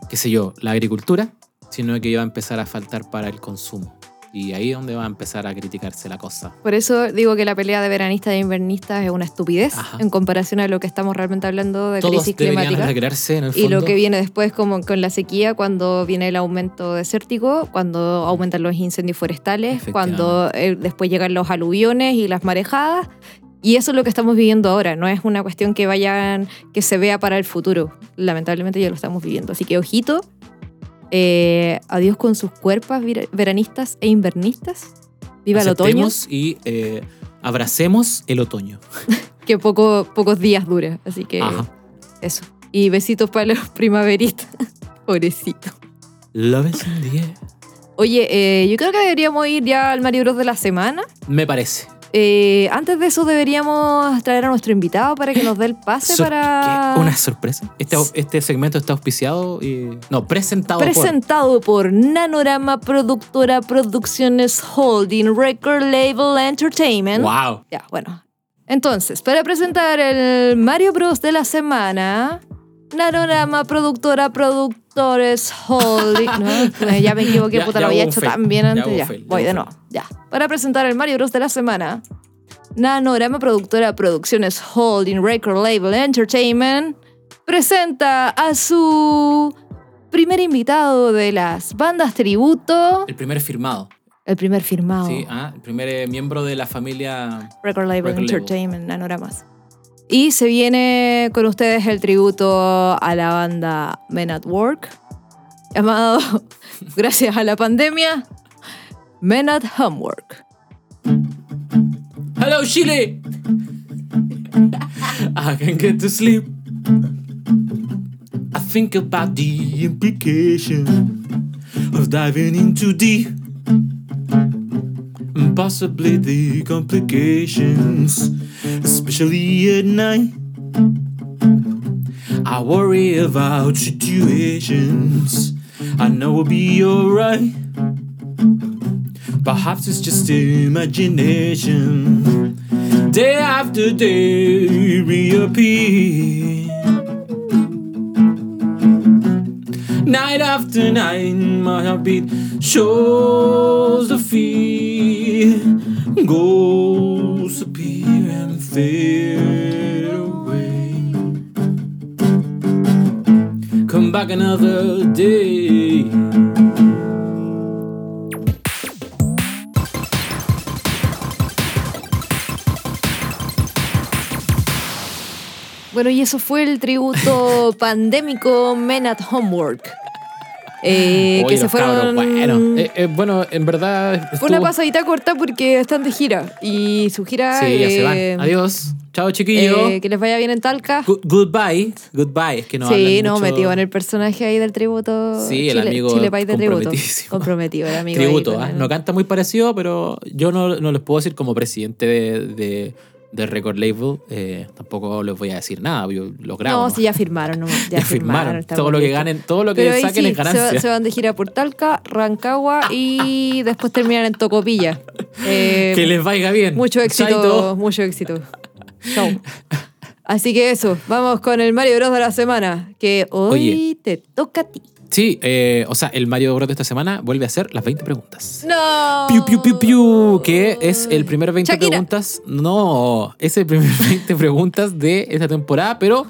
Speaker 2: qué sé yo, la agricultura, sino que va a empezar a faltar para el consumo. Y ahí es donde va a empezar a criticarse la cosa.
Speaker 1: Por eso digo que la pelea de veranistas e invernistas es una estupidez
Speaker 2: Ajá.
Speaker 1: en comparación a lo que estamos realmente hablando de
Speaker 2: Todos
Speaker 1: crisis
Speaker 2: deberían
Speaker 1: climática.
Speaker 2: alegrarse en el
Speaker 1: Y
Speaker 2: fondo.
Speaker 1: lo que viene después como con la sequía, cuando viene el aumento desértico, cuando aumentan los incendios forestales, cuando eh, después llegan los aluviones y las marejadas. Y eso es lo que estamos viviendo ahora, no es una cuestión que vayan, que se vea para el futuro. Lamentablemente ya lo estamos viviendo. Así que ojito, eh, adiós con sus cuerpos vira- veranistas e invernistas. Viva el otoño.
Speaker 2: Aceptemos Y eh, abracemos el otoño.
Speaker 1: que poco, pocos días dura. Así que
Speaker 2: Ajá.
Speaker 1: eso. Y besitos para los primaveritas. Pobrecito.
Speaker 2: Love is in the air.
Speaker 1: Oye, eh, yo creo que deberíamos ir ya al Mario Bros de la semana.
Speaker 2: Me parece.
Speaker 1: Eh, antes de eso deberíamos traer a nuestro invitado para que nos dé el pase
Speaker 2: Sor-
Speaker 1: para...
Speaker 2: ¿Qué? Una sorpresa. Este, este segmento está auspiciado y. No, presentado por.
Speaker 1: Presentado por Nanorama Productora Producciones Holding Record Label Entertainment.
Speaker 2: ¡Wow!
Speaker 1: Ya, bueno. Entonces, para presentar el Mario Bros de la semana, Nanorama Productora Productores Holding. No, Eh, ya me equivoqué,
Speaker 2: Ya-
Speaker 1: puta,
Speaker 2: ya
Speaker 1: lo había
Speaker 2: hubo un
Speaker 1: hecho
Speaker 2: fail,
Speaker 1: tan bien
Speaker 2: ya
Speaker 1: antes.
Speaker 2: hubo
Speaker 1: Ya,
Speaker 2: fail, ya
Speaker 1: voy
Speaker 2: hubo
Speaker 1: de
Speaker 2: fail.
Speaker 1: nuevo. Ya. Para presentar el Mario Bros de la semana, Nanorama Productora Producciones Holding Record Label Entertainment presenta a su primer invitado de las bandas tributo,
Speaker 2: El primer firmado.
Speaker 1: el primer firmado.
Speaker 2: Sí, ah, el primer eh, miembro de la familia.
Speaker 1: Record Label
Speaker 2: Record label.
Speaker 1: Entertainment, Nanoramas. Y se viene con ustedes el tributo a la banda Men at Work, llamado, gracias a la pandemia, Men at Homework.
Speaker 2: ¡Hello, Chile! I can't get to sleep. I think about the implication of diving into deep. And possibly the complications, especially at night. I worry about situations. I know we'll be alright. Perhaps it's just imagination. Day after day reappear. Night after night, my heartbeat shows the fear. Goes appear and fade away. Come back another day.
Speaker 1: Bueno, y eso fue el tributo pandémico Men at Homework. Eh,
Speaker 2: Oye,
Speaker 1: que se
Speaker 2: los cabros,
Speaker 1: fueron.
Speaker 2: bueno. Eh, eh, bueno, en verdad.
Speaker 1: Fue
Speaker 2: estuvo-
Speaker 1: una pasadita corta porque están de gira. Y su gira.
Speaker 2: Sí, ya se
Speaker 1: eh,
Speaker 2: van. Adiós. Chao, chiquillo.
Speaker 1: eh, que les vaya bien en Talca.
Speaker 2: Gu- goodbye. Goodbye. Es que no
Speaker 1: sí,
Speaker 2: hablan
Speaker 1: no,
Speaker 2: mucho.
Speaker 1: metido en el personaje ahí del tributo.
Speaker 2: Sí, el
Speaker 1: Chile,
Speaker 2: amigo
Speaker 1: Chile País de tributo.
Speaker 2: comprometidísimo.
Speaker 1: Comprometido, el amigo. ahí pues,
Speaker 2: Tributo.
Speaker 1: con
Speaker 2: ¿ah?
Speaker 1: el-
Speaker 2: No canta muy parecido, pero yo no, no les puedo decir como presidente de, de, de Record Label. eh, tampoco les voy a decir nada. Yo los grabo.
Speaker 1: No,
Speaker 2: nomás.
Speaker 1: sí, ya firmaron. no, ya,
Speaker 2: Ya firmaron.
Speaker 1: está
Speaker 2: Todo lo que
Speaker 1: bonito.
Speaker 2: ganen, todo lo que
Speaker 1: Pero ahí
Speaker 2: saquen
Speaker 1: sí,
Speaker 2: es
Speaker 1: se va-
Speaker 2: ganancia.
Speaker 1: Se, van de gira por Talca, Rancagua y después terminan en Tocopilla. Eh,
Speaker 2: que les vaya bien.
Speaker 1: Mucho éxito,
Speaker 2: Chaito.
Speaker 1: mucho éxito. Chao. Así que eso, vamos con el Mario Bros de la semana, que hoy te toca a ti.
Speaker 2: Sí, eh, o sea, el Mario Bros de esta semana vuelve a hacer las 20 preguntas.
Speaker 1: No.
Speaker 2: Piu, piu, piu, piu, que es el primer 20
Speaker 1: Shakira.
Speaker 2: preguntas. No, es el primer 20 preguntas de esta temporada, pero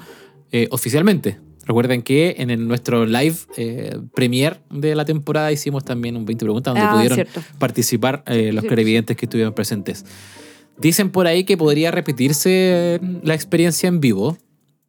Speaker 2: eh, oficialmente. Recuerden que en el- nuestro live eh, premier de la temporada hicimos también un 20 preguntas donde
Speaker 1: Ah,
Speaker 2: pudieron
Speaker 1: cierto.
Speaker 2: participar eh, los
Speaker 1: Sí.
Speaker 2: televidentes que estuvieron presentes. Dicen por ahí que podría repetirse eh, la experiencia en vivo.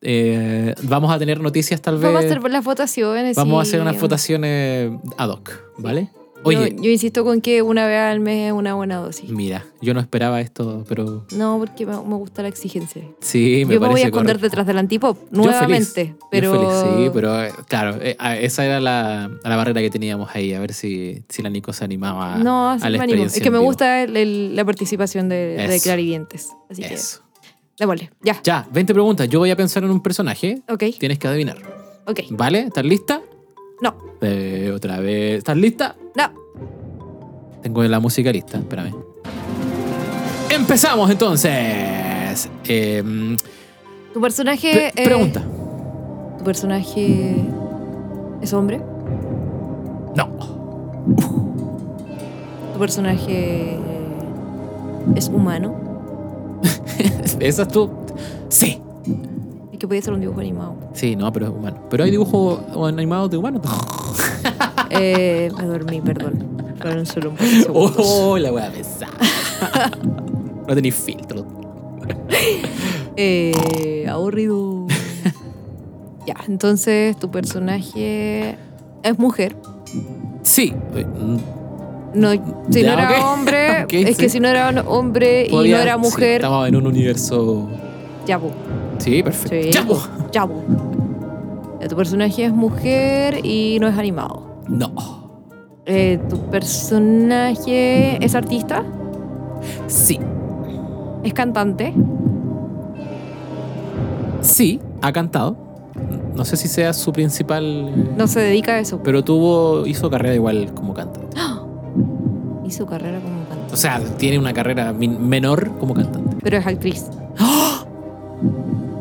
Speaker 2: Eh, vamos a tener noticias tal vez.
Speaker 1: Vamos a hacer las votaciones.
Speaker 2: Vamos a
Speaker 1: y-
Speaker 2: hacer unas votaciones ad hoc, ¿vale? Oye,
Speaker 1: Yo, yo insisto con que una vez al mes es una buena dosis.
Speaker 2: Mira, yo no esperaba esto, pero
Speaker 1: No, porque me, me gusta la exigencia.
Speaker 2: Mm. sí, me
Speaker 1: yo me voy
Speaker 2: parece
Speaker 1: a esconder
Speaker 2: correcto.
Speaker 1: detrás del antipop
Speaker 2: Yo feliz,
Speaker 1: nuevamente.
Speaker 2: yo
Speaker 1: pero...
Speaker 2: feliz, sí, pero eh, claro, eh, a- esa era la, la barrera que teníamos ahí, a ver si, si la Nico se animaba a-
Speaker 1: No,
Speaker 2: a
Speaker 1: así
Speaker 2: la
Speaker 1: me animo. Es
Speaker 2: experiencia
Speaker 1: que
Speaker 2: en
Speaker 1: me
Speaker 2: vivo.
Speaker 1: gusta el- el- la participación de, de
Speaker 2: Eso.
Speaker 1: clarividentes. Así que,
Speaker 2: Eso.
Speaker 1: démosle. Ya.
Speaker 2: Ya, 20 preguntas. Yo voy a pensar en un personaje.
Speaker 1: Ok,
Speaker 2: Tienes que adivinar.
Speaker 1: ok.
Speaker 2: ¿Vale? ¿Estás lista?
Speaker 1: No,
Speaker 2: Eh, otra vez. ¿Estás lista?
Speaker 1: no.
Speaker 2: Tengo la música lista, espérame. Empezamos entonces. Em,
Speaker 1: Tu personaje.
Speaker 2: pre-
Speaker 1: eh,
Speaker 2: pregunta.
Speaker 1: ¿Tu personaje es hombre?
Speaker 2: No.
Speaker 1: ¿Tu personaje eh, es humano?
Speaker 2: ¿Esa es tú? Sí.
Speaker 1: Es que podía ser un dibujo animado.
Speaker 2: Sí, no, pero es humano. Pero hay dibujos animados de humanos.
Speaker 1: Eh, me dormí, perdón. Fueron solo un par de segundos.
Speaker 2: Oh, la voy a besar. no tenéis filtro.
Speaker 1: Eh, aburrido. ya, entonces tu personaje es mujer.
Speaker 2: Sí. Mm,
Speaker 1: No, si
Speaker 2: Ya,
Speaker 1: no era
Speaker 2: ok.
Speaker 1: hombre,
Speaker 2: Ok,
Speaker 1: es que
Speaker 2: sí.
Speaker 1: si no era hombre y
Speaker 2: podía-
Speaker 1: no era
Speaker 2: sí,
Speaker 1: mujer,
Speaker 2: estaba en un universo
Speaker 1: Yabu.
Speaker 2: Sí, perfecto.
Speaker 1: Sí.
Speaker 2: ¡Ya, po!
Speaker 1: Yabu. Ya, Tu personaje es mujer y no es animado.
Speaker 2: No.
Speaker 1: Eh, tu personaje es artista,
Speaker 2: Sí.
Speaker 1: es cantante.
Speaker 2: Sí, ha cantado. No sé si sea su principal.
Speaker 1: No se dedica a eso.
Speaker 2: Pero tuvo. hizo carrera igual como cantante.
Speaker 1: Y su carrera como cantante.
Speaker 2: O sea, tiene una carrera min- menor como cantante.
Speaker 1: Pero es actriz.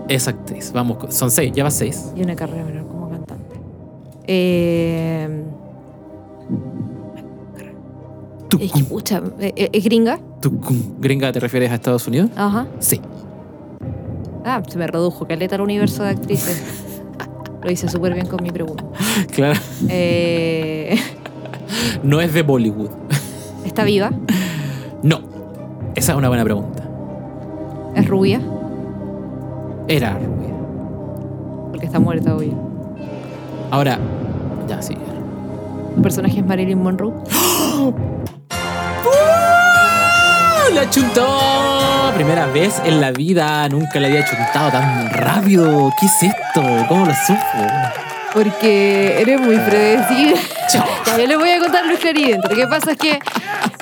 Speaker 2: Es actriz. Vamos, con- son seis, ya va seis.
Speaker 1: Y una carrera menor como cantante. Eh, es que,
Speaker 2: Tucum,
Speaker 1: pucha, eh, eh, ¿es gringa?
Speaker 2: tucum. Gringa, ¿te refieres a Estados Unidos?
Speaker 1: Ajá.
Speaker 2: Sí.
Speaker 1: Ah, se me redujo caleta el universo de actrices. Lo hice súper bien con mi pregunta.
Speaker 2: Claro.
Speaker 1: Eh,
Speaker 2: No es de Bollywood.
Speaker 1: ¿Está viva?
Speaker 2: No. Esa es una buena pregunta.
Speaker 1: ¿Es rubia?
Speaker 2: Era rubia.
Speaker 1: Porque está muerta hoy.
Speaker 2: Ahora. Ya, sí.
Speaker 1: ¿Tu personaje es Marilyn Monroe?
Speaker 2: ¡Oh, ¡La chuntó! Primera vez en la vida. Nunca la había chuntado tan rápido. ¿Qué es esto? ¿Cómo lo supo?
Speaker 1: Porque eres muy predecible.
Speaker 2: Chao.
Speaker 1: Ya, yo les voy a contar lo clarividente. Lo que pasa es que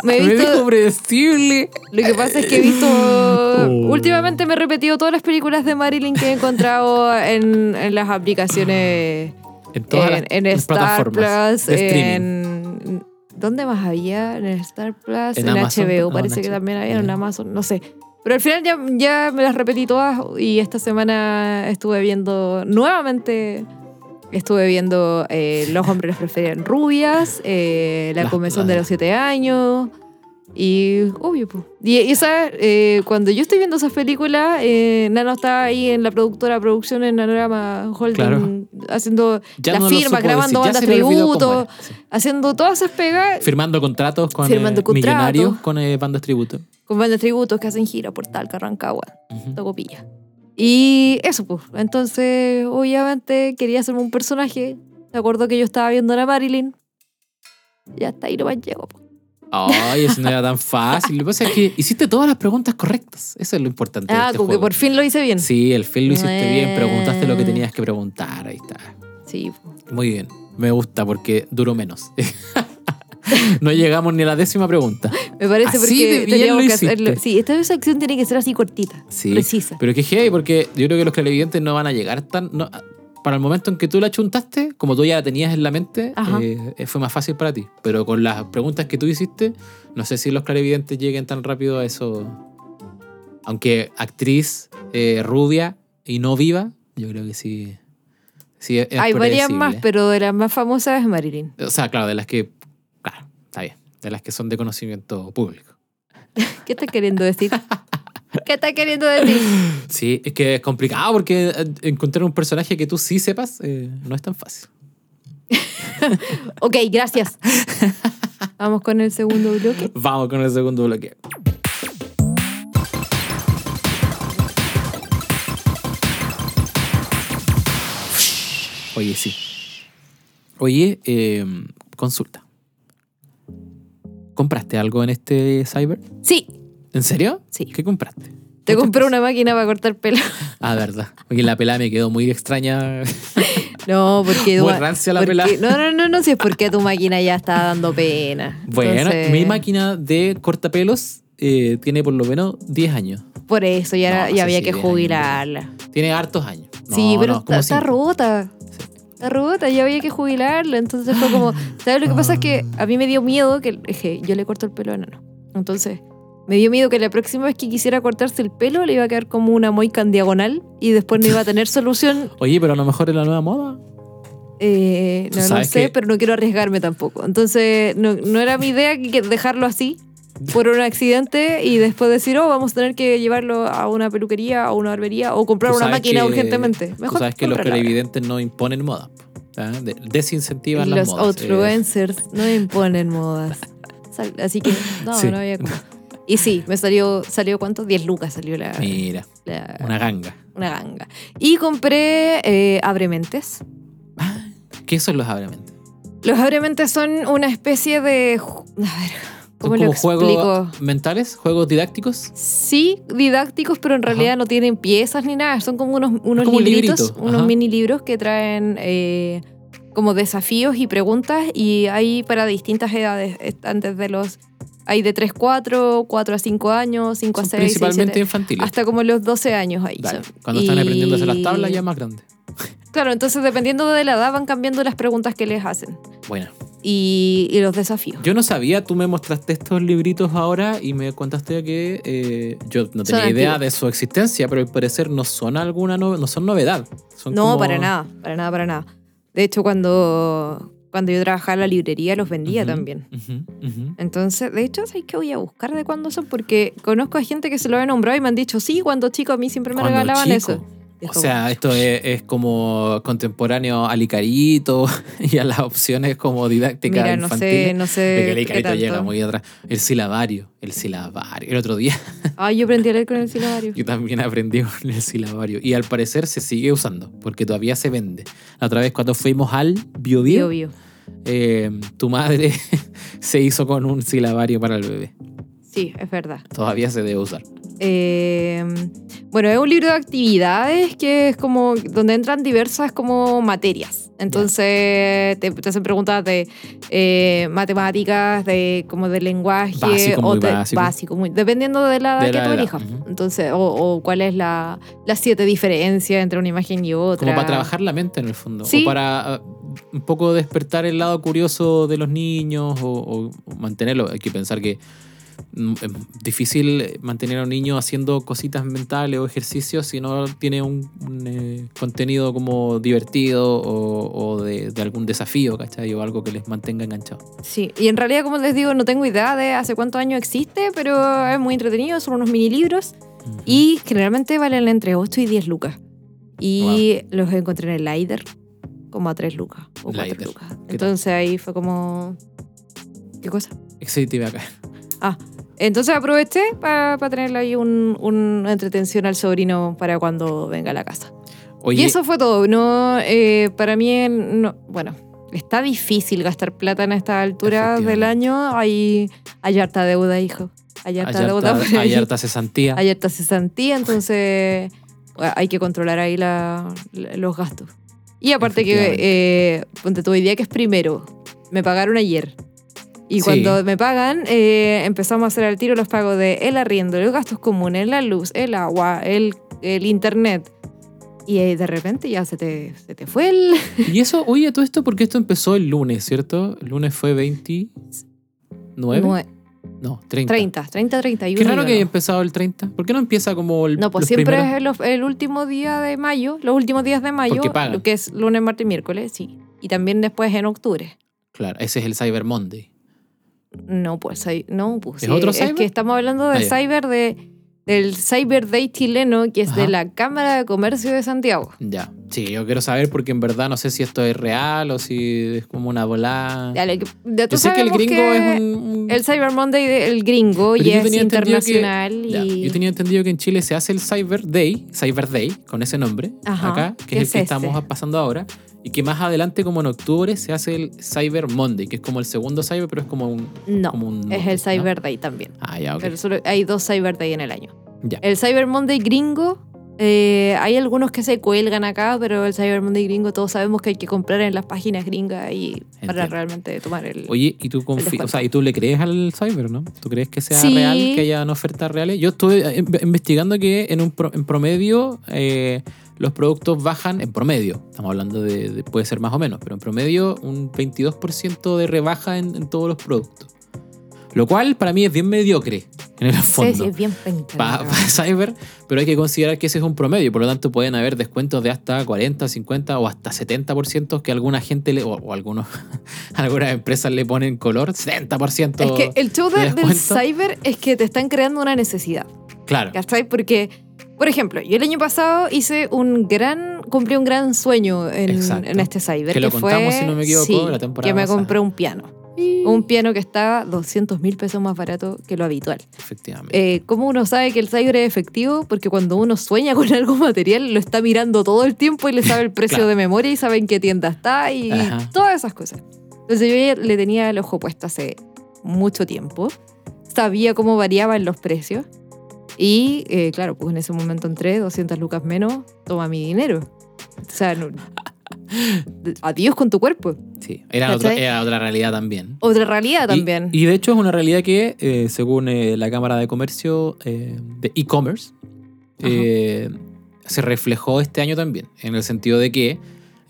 Speaker 1: me he
Speaker 2: Me dijo
Speaker 1: visto.
Speaker 2: predecible.
Speaker 1: Lo que pasa es que he visto. Últimamente me he repetido todas las películas de Marilyn que he encontrado en, en las aplicaciones.
Speaker 2: En todas las,
Speaker 1: en, en
Speaker 2: las
Speaker 1: Star
Speaker 2: plataformas
Speaker 1: Plus.
Speaker 2: de streaming.
Speaker 1: En, ¿Dónde más había? En Star Plus,
Speaker 2: En
Speaker 1: en,
Speaker 2: Amazon,
Speaker 1: HBO.
Speaker 2: ah,
Speaker 1: Parece
Speaker 2: en
Speaker 1: que
Speaker 2: HBO,
Speaker 1: también había en
Speaker 2: ya.
Speaker 1: Amazon. No sé. Pero al final ya, ya me las repetí todas y esta semana estuve viendo nuevamente. Estuve viendo eh, Los hombres las preferían rubias, eh, La
Speaker 2: Las-
Speaker 1: convención
Speaker 2: las-
Speaker 1: de los siete años y obvio. po. Y esa, eh, cuando yo estoy viendo esas películas, eh, Nano está ahí en la productora producción en Nanorama Holding
Speaker 2: Claro.
Speaker 1: haciendo
Speaker 2: Ya
Speaker 1: la
Speaker 2: no lo
Speaker 1: firma,
Speaker 2: supo
Speaker 1: grabando
Speaker 2: decir,
Speaker 1: bandas
Speaker 2: ya se le olvidó cómo
Speaker 1: tributo,
Speaker 2: era, sí.
Speaker 1: haciendo todas esas pegas
Speaker 2: Firmando contratos con
Speaker 1: Firmando
Speaker 2: eh,
Speaker 1: contratos.
Speaker 2: millonarios, con eh, bandas tributo.
Speaker 1: con bandas tributos que hacen gira por Talca, Rancagua,
Speaker 2: Ujú.
Speaker 1: Tocopilla. Y eso, pues. Entonces, obviamente quería hacerme un personaje. Me acuerdo que yo estaba viendo a la Marilyn. Ya hasta ahí nomás llego. po.
Speaker 2: Ay, eso no era tan fácil. Lo que pasa es que hiciste todas las preguntas correctas. Eso es lo importante. de
Speaker 1: Ah,
Speaker 2: este
Speaker 1: como que
Speaker 2: juego.
Speaker 1: por fin lo hice bien. Sí,
Speaker 2: Sí, el film lo hiciste bien.
Speaker 1: Eh.
Speaker 2: Preguntaste lo que tenías que preguntar. Ahí está.
Speaker 1: po.
Speaker 2: Muy bien. Me gusta porque duró menos. no llegamos ni a la décima pregunta.
Speaker 1: me parece
Speaker 2: Así Ah, de
Speaker 1: porque
Speaker 2: bien
Speaker 1: teníamos
Speaker 2: lo
Speaker 1: que hacerlo.
Speaker 2: hiciste.
Speaker 1: Sí, esta vez la acción tiene que ser así cortita,
Speaker 2: Sí.
Speaker 1: precisa.
Speaker 2: Pero que heavy porque yo creo que los clarividentes no van a llegar tan... no- para el momento en que tú la chuntaste, como tú ya la tenías en la mente,
Speaker 1: Ajá.
Speaker 2: eh, fue más fácil para ti. Pero con las preguntas que tú hiciste, no sé si los clarividentes lleguen tan rápido a eso. Aunque actriz eh, rubia y no viva, yo creo que sí. sí es, es
Speaker 1: Hay varias
Speaker 2: predecible.
Speaker 1: más, pero de las más famosas es Marilyn.
Speaker 2: O sea, claro, de las que. Claro, está bien. De las que son de conocimiento público.
Speaker 1: ¿Qué estás queriendo decir? ¿Qué estás queriendo decir?
Speaker 2: Sí, es que es complicado porque eh, encontrar un personaje que tú sí sepas eh, no es tan fácil.
Speaker 1: Ok, gracias. Vamos con el segundo bloque.
Speaker 2: Vamos con el segundo bloque. Oye, sí. Oye, eh, consulta. ¿Compraste algo en este cyber?
Speaker 1: Sí,
Speaker 2: ¿En serio?
Speaker 1: Sí.
Speaker 2: ¿Qué compraste?
Speaker 1: te
Speaker 2: Muchas
Speaker 1: compré una máquina para cortar pelo.
Speaker 2: Ah, verdad. Porque la pelada me quedó muy extraña.
Speaker 1: No, porque...
Speaker 2: Muy rancia la
Speaker 1: porque-
Speaker 2: pelada.
Speaker 1: No, no, no, no, si es porque tu máquina ya está dando pena.
Speaker 2: Bueno,
Speaker 1: Entonces,
Speaker 2: mi máquina de cortapelos eh, tiene por lo menos 10 años.
Speaker 1: Por eso, ya,
Speaker 2: No,
Speaker 1: ya
Speaker 2: sí,
Speaker 1: había
Speaker 2: sí,
Speaker 1: que
Speaker 2: bien, bien.
Speaker 1: jubilarla.
Speaker 2: Tiene hartos años. No,
Speaker 1: Sí, pero
Speaker 2: no,
Speaker 1: está,
Speaker 2: como
Speaker 1: está
Speaker 2: cinco.
Speaker 1: rota. Está rota, ya había que jubilarla. Entonces fue como, ¿sabes lo que pasa? Es que a mí me dio miedo que, es que yo le corto el pelo a Nano. Entonces, me dio miedo que la próxima vez que quisiera cortarse el pelo le iba a quedar como una moica en diagonal y después no iba a tener solución.
Speaker 2: Oye, pero a lo mejor es la nueva moda.
Speaker 1: Eh,
Speaker 2: Tú
Speaker 1: no lo
Speaker 2: sabes
Speaker 1: sé,
Speaker 2: que-
Speaker 1: pero no quiero arriesgarme tampoco. Entonces, no, no era mi idea que- que dejarlo así por un accidente y después decir, oh, vamos a tener que llevarlo a una peluquería, a una barbería o comprar
Speaker 2: Tú
Speaker 1: una
Speaker 2: sabes
Speaker 1: máquina
Speaker 2: que-
Speaker 1: urgentemente.
Speaker 2: tú
Speaker 1: Mejor
Speaker 2: sabes que los
Speaker 1: comprarla ahora.
Speaker 2: televidentes no imponen moda. ¿ah? De- Desincentivan
Speaker 1: Y
Speaker 2: las
Speaker 1: los
Speaker 2: modas. eh.
Speaker 1: outfluencers no imponen modas. Sal- Así que no,
Speaker 2: Sí.
Speaker 1: no había como- Y sí, me salió, ¿salió cuánto? 10 lucas salió la,
Speaker 2: Mira,
Speaker 1: la- una.
Speaker 2: una ganga.
Speaker 1: ganga. Y compré eh, abrementes.
Speaker 2: ¿Qué son los abremente?
Speaker 1: Los abrementes son una especie de... ju- A ver,
Speaker 2: Son
Speaker 1: ¿Cómo lo
Speaker 2: como juegos
Speaker 1: explico?
Speaker 2: mentales, juegos didácticos.
Speaker 1: Sí, didácticos, pero en
Speaker 2: Ajá.
Speaker 1: realidad no tienen piezas ni nada. Son como unos, unos
Speaker 2: como un
Speaker 1: libritos,
Speaker 2: librito,
Speaker 1: unos
Speaker 2: ajá.
Speaker 1: mini libros que traen eh, como desafíos y preguntas. Y hay para distintas edades. Están desde los. Hay de 3, 4, 4 a 5 años, 5 a
Speaker 2: Son
Speaker 1: 6.
Speaker 2: principalmente infantiles.
Speaker 1: hasta como los 12 años ahí.
Speaker 2: Dale,
Speaker 1: son.
Speaker 2: Cuando están
Speaker 1: Y-
Speaker 2: aprendiendo a hacer las tablas ya más grandes.
Speaker 1: Claro, entonces dependiendo de la edad van cambiando las preguntas que les hacen
Speaker 2: Buena.
Speaker 1: y, y los desafíos.
Speaker 2: Yo no sabía, tú me mostraste estos libritos ahora y me contaste que eh, yo no tenía idea
Speaker 1: antiguos.
Speaker 2: de su existencia, pero al parecer no son alguna no, no son novedad. Son
Speaker 1: No,
Speaker 2: como-
Speaker 1: para nada, para nada, para nada. De hecho, cuando, cuando yo trabajaba en la librería los vendía
Speaker 2: Ujú,
Speaker 1: también.
Speaker 2: ujú, ujú.
Speaker 1: Entonces, de hecho, ¿sabes qué voy a buscar de cuándo son? Porque conozco a gente que se lo ha nombrado y me han dicho, sí, cuando chico a mí siempre me
Speaker 2: Cuando
Speaker 1: regalaban
Speaker 2: chico.
Speaker 1: eso. Y es
Speaker 2: O
Speaker 1: como,
Speaker 2: sea, esto es, es como contemporáneo a Licarito y a las opciones como didácticas
Speaker 1: Mira, no sé,
Speaker 2: infantiles.
Speaker 1: no
Speaker 2: De que
Speaker 1: sé. qué
Speaker 2: Licarito llega
Speaker 1: tanto.
Speaker 2: muy atrás. El silabario, el silabario. El otro día
Speaker 1: Ay, yo aprendí a leer con el silabario.
Speaker 2: yo también aprendí con el silabario. Y al parecer se sigue usando, porque todavía se vende. La otra vez cuando fuimos al
Speaker 1: Bio,
Speaker 2: Biobío,
Speaker 1: bio.
Speaker 2: eh, tu madre se hizo con un silabario para el bebé.
Speaker 1: Sí, es verdad.
Speaker 2: Todavía se debe usar.
Speaker 1: Eh, bueno, es un libro de actividades que es como donde entran diversas como materias. Entonces te, te hacen preguntas de eh, matemáticas, de como de lenguaje
Speaker 2: Básico,
Speaker 1: o
Speaker 2: muy
Speaker 1: de-
Speaker 2: básico.
Speaker 1: muy- dependiendo de la edad
Speaker 2: De
Speaker 1: que
Speaker 2: la
Speaker 1: tú
Speaker 2: edad,
Speaker 1: elijas.
Speaker 2: ujú.
Speaker 1: Entonces, o, o cuál es la las siete diferencias entre una imagen y otra.
Speaker 2: Como para trabajar la mente en el fondo.
Speaker 1: Sí.
Speaker 2: O para ah, un poco despertar el lado curioso de los niños o, o mantenerlo. Hay que pensar que mm, es difícil mantener a un niño haciendo cositas mentales o ejercicios si no tiene un, un, eh, contenido como divertido o, o de, de algún desafío, ¿cachai? O algo que les mantenga enganchado.
Speaker 1: Sí, y en realidad, como les digo, no tengo idea de hace cuántos años existe, pero es muy entretenido, son unos mini libros y generalmente valen entre 8 y 10 lucas. Y los encontré en el Lider, como a 3 lucas o 4
Speaker 2: Lider.
Speaker 1: lucas.
Speaker 2: tal?
Speaker 1: Entonces ahí fue como... ¿Qué cosa?
Speaker 2: Exhibitive acá.
Speaker 1: Entonces aproveché para tenerle ahí un, un entretención al sobrino para cuando venga a la casa.
Speaker 2: Oye,
Speaker 1: Y eso fue todo. No, eh, para mí, en- no, bueno, está difícil gastar plata en esta altura del
Speaker 2: Efectivamente.
Speaker 1: año. Hay, hay harta deuda, hijo. Hay harta
Speaker 2: hay
Speaker 1: deuda.
Speaker 2: harta,
Speaker 1: por ahí.
Speaker 2: hay harta cesantía.
Speaker 1: Hay harta cesantía, entonces bueno, hay que controlar ahí la- la- los gastos. Y aparte que, eh, ponte tu día que es primero, me pagaron ayer. Y
Speaker 2: Sí.
Speaker 1: cuando me pagan, eh, empezamos a hacer al tiro los pagos de el arriendo, los gastos comunes, la luz, el agua, el, el internet. Y eh, de repente ya se te, se te fue el...
Speaker 2: Y eso, oye, todo esto porque esto empezó el lunes, ¿cierto? El lunes fue 29.
Speaker 1: nue-
Speaker 2: No, 30.
Speaker 1: 30, 30, 31.
Speaker 2: Qué raro
Speaker 1: yo
Speaker 2: que haya
Speaker 1: no.
Speaker 2: empezado el 30. ¿Por qué no empieza como el
Speaker 1: No, pues
Speaker 2: los
Speaker 1: siempre
Speaker 2: primeros?
Speaker 1: es los- el, último día de mayo, los últimos días de mayo,
Speaker 2: Porque pagan.
Speaker 1: lo que es lunes, martes y miércoles, sí. Y también después en octubre.
Speaker 2: Claro, ese es el Cyber Monday.
Speaker 1: No, pues ahí- no, pues.
Speaker 2: ¿Es
Speaker 1: eh,
Speaker 2: otro
Speaker 1: Es
Speaker 2: cyber?
Speaker 1: que estamos hablando de
Speaker 2: Ah, ya.
Speaker 1: cyber de, del Cyber Day chileno, que es de
Speaker 2: Ajá.
Speaker 1: la Cámara de Comercio de Santiago.
Speaker 2: Ya. Sí, yo quiero saber porque en verdad no sé si esto es real o si es como una volada.
Speaker 1: Ya, lo que- ya tú
Speaker 2: Ah. Yo sé que el
Speaker 1: sabemos
Speaker 2: gringo
Speaker 1: que
Speaker 2: es un. un-
Speaker 1: El Cyber Monday del gringo
Speaker 2: Pero
Speaker 1: y
Speaker 2: yo
Speaker 1: es
Speaker 2: tenía entendido que-
Speaker 1: internacional.
Speaker 2: Ya,
Speaker 1: y...
Speaker 2: Yo tenía entendido que en Chile se hace el Cyber Day, Cyber Day, con ese nombre,
Speaker 1: Ajá.
Speaker 2: acá, que
Speaker 1: ¿Qué
Speaker 2: es el
Speaker 1: es
Speaker 2: que
Speaker 1: ese?
Speaker 2: estamos pasando ahora, y que más adelante, como en octubre, se hace el Cyber Monday, que es como el segundo Cyber, pero es como un...
Speaker 1: No,
Speaker 2: como un
Speaker 1: es
Speaker 2: Monday,
Speaker 1: el
Speaker 2: ¿no?
Speaker 1: Cyber Day también.
Speaker 2: Ah, ya, ok.
Speaker 1: Pero solo hay dos Cyber Day en el año.
Speaker 2: Ya.
Speaker 1: El Cyber Monday gringo, eh, hay algunos que se cuelgan acá, pero el Cyber Monday gringo todos sabemos que hay que comprar en las páginas gringas y para
Speaker 2: Entiendo.
Speaker 1: realmente tomar el...
Speaker 2: Oye, ¿y tú, confi-
Speaker 1: descuento.
Speaker 2: o sea, ¿y tú le crees al cyber, no? ¿Tú crees que sea
Speaker 1: Sí.
Speaker 2: real, que hayan ofertas reales? Yo estuve eh, in- investigando que en, un pro- en promedio eh, los productos bajan, en promedio, estamos hablando de, de- puede ser más o menos, pero en promedio un 22% de rebaja en, en todos los productos. Lo cual para mí es bien mediocre, en el
Speaker 1: Sí,
Speaker 2: fondo
Speaker 1: sí, es bien penca, la
Speaker 2: para
Speaker 1: verdad.
Speaker 2: Cyber, pero hay que considerar que ese es un promedio, por lo tanto pueden haber descuentos de hasta 40, 50 o hasta 70% que alguna gente le, o, o algunos, algunas empresas le ponen color, 70%.
Speaker 1: Es que el show de-
Speaker 2: ¿Te das
Speaker 1: del
Speaker 2: cuenta?
Speaker 1: cyber es que te están creando una necesidad,
Speaker 2: claro,
Speaker 1: ¿cachai? Porque, por ejemplo, yo el año pasado hice un gran, cumplí un gran sueño en,
Speaker 2: Exacto.
Speaker 1: en este cyber.
Speaker 2: Que lo
Speaker 1: fue-
Speaker 2: contamos, si no me equivoco,
Speaker 1: sí,
Speaker 2: la temporada
Speaker 1: Que me
Speaker 2: pasada.
Speaker 1: compré un piano. Un piano que estaba 200 mil pesos más barato que lo habitual.
Speaker 2: efectivamente.
Speaker 1: Eh, ¿Cómo uno sabe que el cyber es efectivo? Porque cuando uno sueña con algo material, lo está mirando todo el tiempo y le sabe el precio
Speaker 2: Claro.
Speaker 1: de memoria y sabe en qué tienda está y
Speaker 2: Ajá.
Speaker 1: todas esas cosas. Entonces yo ya le tenía el ojo puesto hace mucho tiempo sabía cómo variaban los precios. Y eh, claro, pues en ese momento entré, 200 lucas menos, toma mi dinero. O sea, no- adiós con tu cuerpo.
Speaker 2: Sí, era, otra,
Speaker 1: ¿Cachai?
Speaker 2: era otra realidad también.
Speaker 1: Otra realidad
Speaker 2: Y-
Speaker 1: también.
Speaker 2: Y, de hecho es una realidad que, eh, según eh, la Cámara de Comercio eh, de e-commerce,
Speaker 1: Ajá.
Speaker 2: eh, se reflejó este año también, en el sentido de que,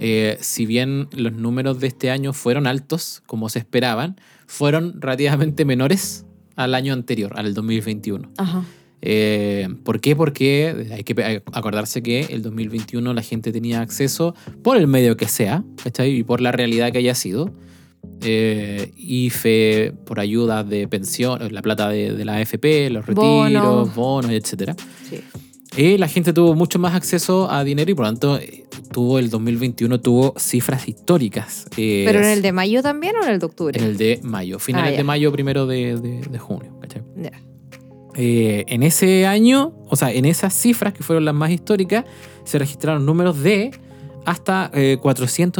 Speaker 2: eh, si bien los números de este año fueron altos, como se esperaban, fueron relativamente menores al año anterior, al 2021.
Speaker 1: Ajá.
Speaker 2: Eh, ¿Por qué? Porque hay que pe- acordarse que el 2021 la gente tenía acceso por el medio que sea, ¿cachai? Y por la realidad que haya sido. Eh, IFE por ayudas de pensión, la plata de, de la AFP, los retiros,
Speaker 1: Bonos.
Speaker 2: bonos, etcétera
Speaker 1: Sí.
Speaker 2: Eh, la gente tuvo mucho más acceso a dinero y por lo tanto eh, tuvo el 2021 tuvo cifras históricas. Eh,
Speaker 1: ¿Pero en el de mayo también o en el de octubre?
Speaker 2: en el de mayo, finales
Speaker 1: ya.
Speaker 2: de mayo, primero de, de- de junio, ¿cachai?
Speaker 1: Ya.
Speaker 2: Eh, en ese año, o sea, en esas cifras que fueron las más históricas, se registraron números de hasta eh,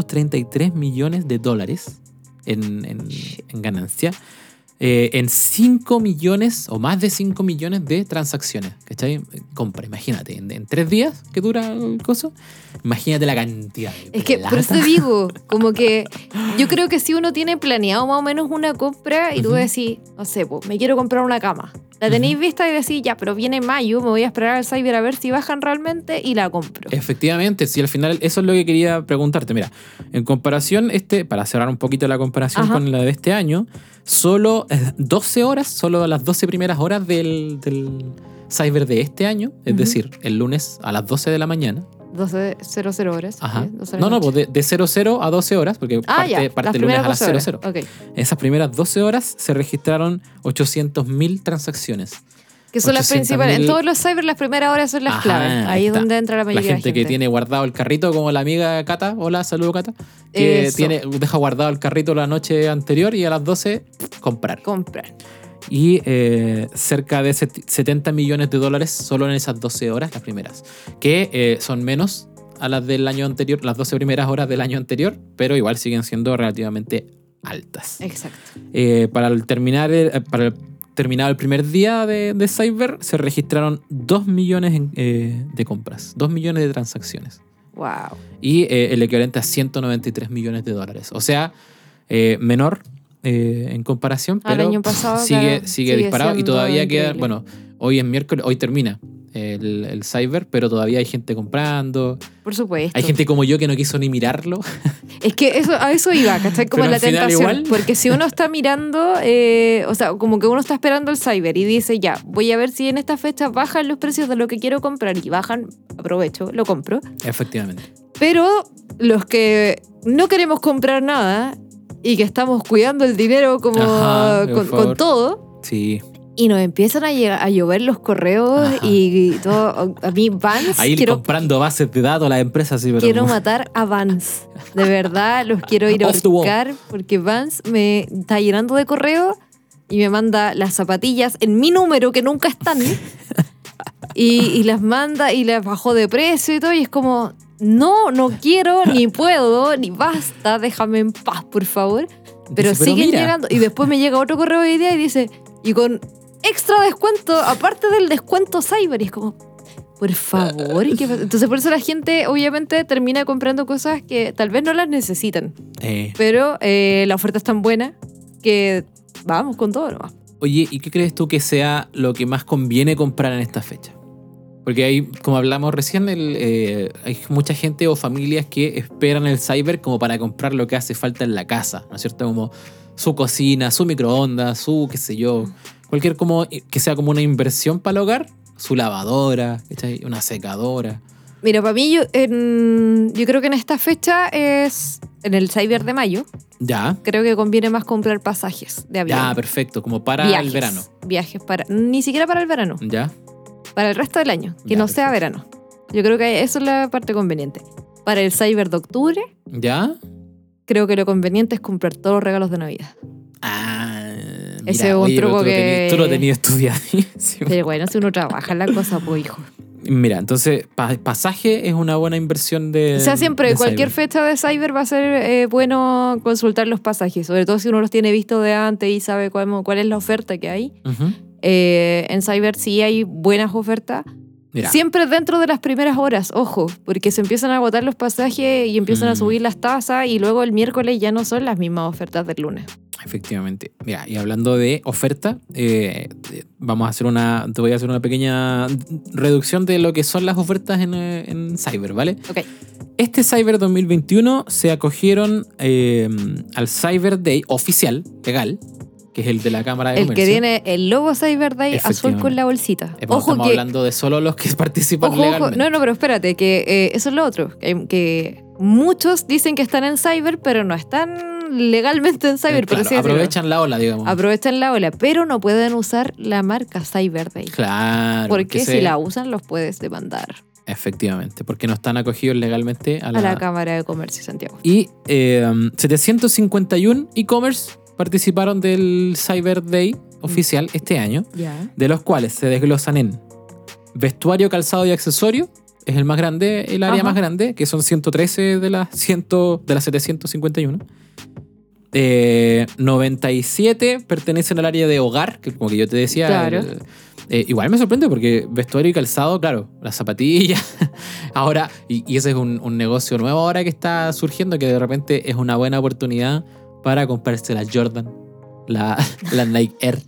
Speaker 2: 433 millones de dólares en, en-
Speaker 1: Shit.
Speaker 2: en ganancia, eh, en 5 millones o más de 5 millones de transacciones, ¿cachai? Compra, imagínate, en, en tres días que dura el coso, imagínate la cantidad. de
Speaker 1: Es que,
Speaker 2: plata.
Speaker 1: por eso te digo, como que yo creo que si uno tiene planeado más o menos una compra y tú
Speaker 2: Ujú.
Speaker 1: decís, no sé, pues, me quiero comprar una cama. La tenéis vista y decís, ya, pero viene mayo, me voy a esperar al cyber a ver si bajan realmente y la compro.
Speaker 2: Efectivamente, sí, al final eso es lo que quería preguntarte. Mira, en comparación, este, para cerrar un poquito la comparación
Speaker 1: Ajá.
Speaker 2: con la de este año, solo eh, 12 horas, solo las 12 primeras horas del, del cyber de este año, es
Speaker 1: Ujú.
Speaker 2: decir, el lunes a las 12 de la mañana.
Speaker 1: 12, 00 horas.
Speaker 2: Ajá.
Speaker 1: ¿sí? 12 de la
Speaker 2: No, no,
Speaker 1: noche.
Speaker 2: pues de, de 00 a 12 horas, porque
Speaker 1: Ah,
Speaker 2: parte,
Speaker 1: ya.
Speaker 2: parte
Speaker 1: las
Speaker 2: el lunes a
Speaker 1: primeras
Speaker 2: las
Speaker 1: 12
Speaker 2: 00.
Speaker 1: horas. Ok.
Speaker 2: En esas primeras 12 horas se registraron 800.000 transacciones.
Speaker 1: Que son las
Speaker 2: 800.000.
Speaker 1: principales. En todos los cyber las primeras horas son las
Speaker 2: Ajá,
Speaker 1: claves. Ahí
Speaker 2: ahí
Speaker 1: es
Speaker 2: está.
Speaker 1: donde entra la
Speaker 2: la
Speaker 1: mayoría
Speaker 2: gente,
Speaker 1: de gente.
Speaker 2: que tiene guardado el carrito, como la amiga Cata, hola, saludo Cata, que
Speaker 1: Eso.
Speaker 2: tiene, deja guardado el carrito la noche anterior y a las 12 comprar.
Speaker 1: Comprar.
Speaker 2: Y eh, cerca de set- 70 millones de dólares solo en esas 12 horas, las primeras, que eh, son menos a las del año anterior, las 12 primeras horas del año anterior, pero igual siguen siendo relativamente altas.
Speaker 1: Exacto.
Speaker 2: Eh, para el terminar el, eh, para el, terminado el primer día de, de Cyber se registraron 2 millones en, eh, de compras, 2 millones de transacciones
Speaker 1: Wow.
Speaker 2: y eh, el equivalente a 193 millones de dólares. O sea, eh, menor eh, en comparación,
Speaker 1: Al
Speaker 2: pero
Speaker 1: año pasado,
Speaker 2: sigue,
Speaker 1: claro,
Speaker 2: sigue,
Speaker 1: sigue
Speaker 2: disparado y
Speaker 1: siendo
Speaker 2: todavía queda,
Speaker 1: increíble.
Speaker 2: bueno, hoy es miércoles, hoy termina. El, el cyber, pero todavía hay gente comprando.
Speaker 1: Por supuesto.
Speaker 2: Hay gente como yo que no quiso ni mirarlo.
Speaker 1: Es que eso, a eso iba, ¿cachai? Como
Speaker 2: Pero
Speaker 1: la
Speaker 2: al final
Speaker 1: tentación.
Speaker 2: igual.
Speaker 1: Porque si uno está mirando, eh, o sea, como que uno está esperando el cyber y dice, ya, voy a ver si en esta fecha bajan los precios de lo que quiero comprar y bajan, aprovecho, lo compro.
Speaker 2: Efectivamente.
Speaker 1: Pero los que no queremos comprar nada y que estamos cuidando el dinero como
Speaker 2: Ajá, por
Speaker 1: con, con
Speaker 2: favor.
Speaker 1: todo.
Speaker 2: Sí.
Speaker 1: Y nos empiezan a, llegar- a llover los correos
Speaker 2: Ajá.
Speaker 1: y, todo. A mí, Vans,
Speaker 2: Ahí
Speaker 1: quiero,
Speaker 2: comprando bases de datos las empresas, sí, pero.
Speaker 1: quiero
Speaker 2: como-
Speaker 1: matar a Vans. De verdad, los quiero ir a
Speaker 2: Off the wall.
Speaker 1: buscar porque Vans me está llenando de correo y me manda las zapatillas en mi número que nunca están. Y, y las manda y las bajó de precio y todo. Y es como, no, no quiero, ni puedo, ni basta, déjame en paz, por favor. Pero
Speaker 2: Dice,
Speaker 1: siguen
Speaker 2: mira.
Speaker 1: llegando. Y después me llega otro correo hoy día y dice, y con extra descuento, aparte del descuento cyber. Y es como, por favor. ¿qué pasa? Entonces, por eso la gente, obviamente, termina comprando cosas que tal vez no las necesitan.
Speaker 2: Eh.
Speaker 1: Pero eh, la oferta es tan buena que vamos con todo nomás.
Speaker 2: Oye, ¿y qué crees tú que sea lo que más conviene comprar en esta fecha? Porque hay, como hablamos recién, el, eh, hay mucha gente o familias que esperan el cyber como para comprar lo que hace falta en la casa, ¿no es cierto? Como su cocina, su microondas, su qué sé yo, cualquier como que sea como una inversión para el hogar, su lavadora, ¿cachai? una secadora.
Speaker 1: Mira, para mí, yo, en- yo creo que en esta fecha es en el cyber de mayo.
Speaker 2: Ya,
Speaker 1: Creo que conviene más comprar pasajes de avión.
Speaker 2: ya, perfecto, como para
Speaker 1: Viajes,
Speaker 2: el verano.
Speaker 1: Viajes para. Ni siquiera para el verano.
Speaker 2: Ya,
Speaker 1: para el resto del año, que
Speaker 2: Ya,
Speaker 1: no sea verano. Yo creo que eso es la parte conveniente. Para el Cyber de octubre,
Speaker 2: ya.
Speaker 1: creo que lo conveniente es comprar todos los regalos de Navidad.
Speaker 2: Ah, mira,
Speaker 1: Ese es un
Speaker 2: oye, pero
Speaker 1: truco
Speaker 2: tú lo tenías-
Speaker 1: que-
Speaker 2: tú lo tenías estudiadísimo.
Speaker 1: Pero bueno, si uno trabaja en la cosa, pues hijo.
Speaker 2: Mira, entonces pa- pasaje es una buena inversión de.
Speaker 1: O sea, siempre,
Speaker 2: de
Speaker 1: cualquier
Speaker 2: cyber.
Speaker 1: fecha de Cyber va a ser eh, bueno consultar los pasajes, sobre todo si uno los tiene visto de antes y sabe cuál, cuál es la oferta que hay.
Speaker 2: Ujú.
Speaker 1: Eh, en Cyber sí hay buenas ofertas,
Speaker 2: Mira,
Speaker 1: siempre dentro de las primeras horas, ojo, porque se empiezan a agotar los pasajes y empiezan
Speaker 2: Mm.
Speaker 1: a subir las tasas y luego el miércoles ya no son las mismas ofertas del lunes.
Speaker 2: efectivamente. Mira, y hablando de oferta, eh, eh, vamos a hacer una. Te voy a hacer una pequeña reducción de lo que son las ofertas en, eh, en cyber, ¿vale?
Speaker 1: Ok.
Speaker 2: Este Cyber 2021 se acogieron eh, al Cyber Day oficial, legal, que es el de la Cámara de
Speaker 1: El
Speaker 2: Comercio.
Speaker 1: que tiene el logo Cyber Day azul
Speaker 2: Efectivamente.
Speaker 1: con la bolsita.
Speaker 2: Eh, bueno,
Speaker 1: Ojo
Speaker 2: Estamos
Speaker 1: que
Speaker 2: hablando de solo los que participan
Speaker 1: Ojo, ojo,
Speaker 2: legalmente.
Speaker 1: no, no, pero espérate, que eh, eso es lo otro. Que, que muchos dicen que están en cyber, pero no están legalmente en cyber.
Speaker 2: Eh, claro,
Speaker 1: por así decirlo.
Speaker 2: aprovechan pues. la ola, digamos.
Speaker 1: Aprovechan la ola, pero no pueden usar la marca Cyber Day.
Speaker 2: claro.
Speaker 1: porque
Speaker 2: que
Speaker 1: si
Speaker 2: se-
Speaker 1: la usan, los puedes demandar
Speaker 2: Efectivamente, porque no están acogidos legalmente a
Speaker 1: a
Speaker 2: la,
Speaker 1: la, Cámara de Comercio de Santiago.
Speaker 2: Y eh, 751 e-commerce participaron del Cyber Day oficial este año,
Speaker 1: Ya.
Speaker 2: de los cuales se desglosan en vestuario, calzado y accesorio, es el más grande, el área
Speaker 1: Ajá.
Speaker 2: más grande, que son 113 de las 100 de las 751. Eh, 97 pertenecen al área de hogar, que como que yo te decía,
Speaker 1: Claro.
Speaker 2: el- eh, igual me sorprende porque vestuario y calzado, claro, las zapatillas. ahora, y, y ese es un, un negocio nuevo ahora que está surgiendo, que de repente es una buena oportunidad para comprarse la Jordan, la, la Nike Air.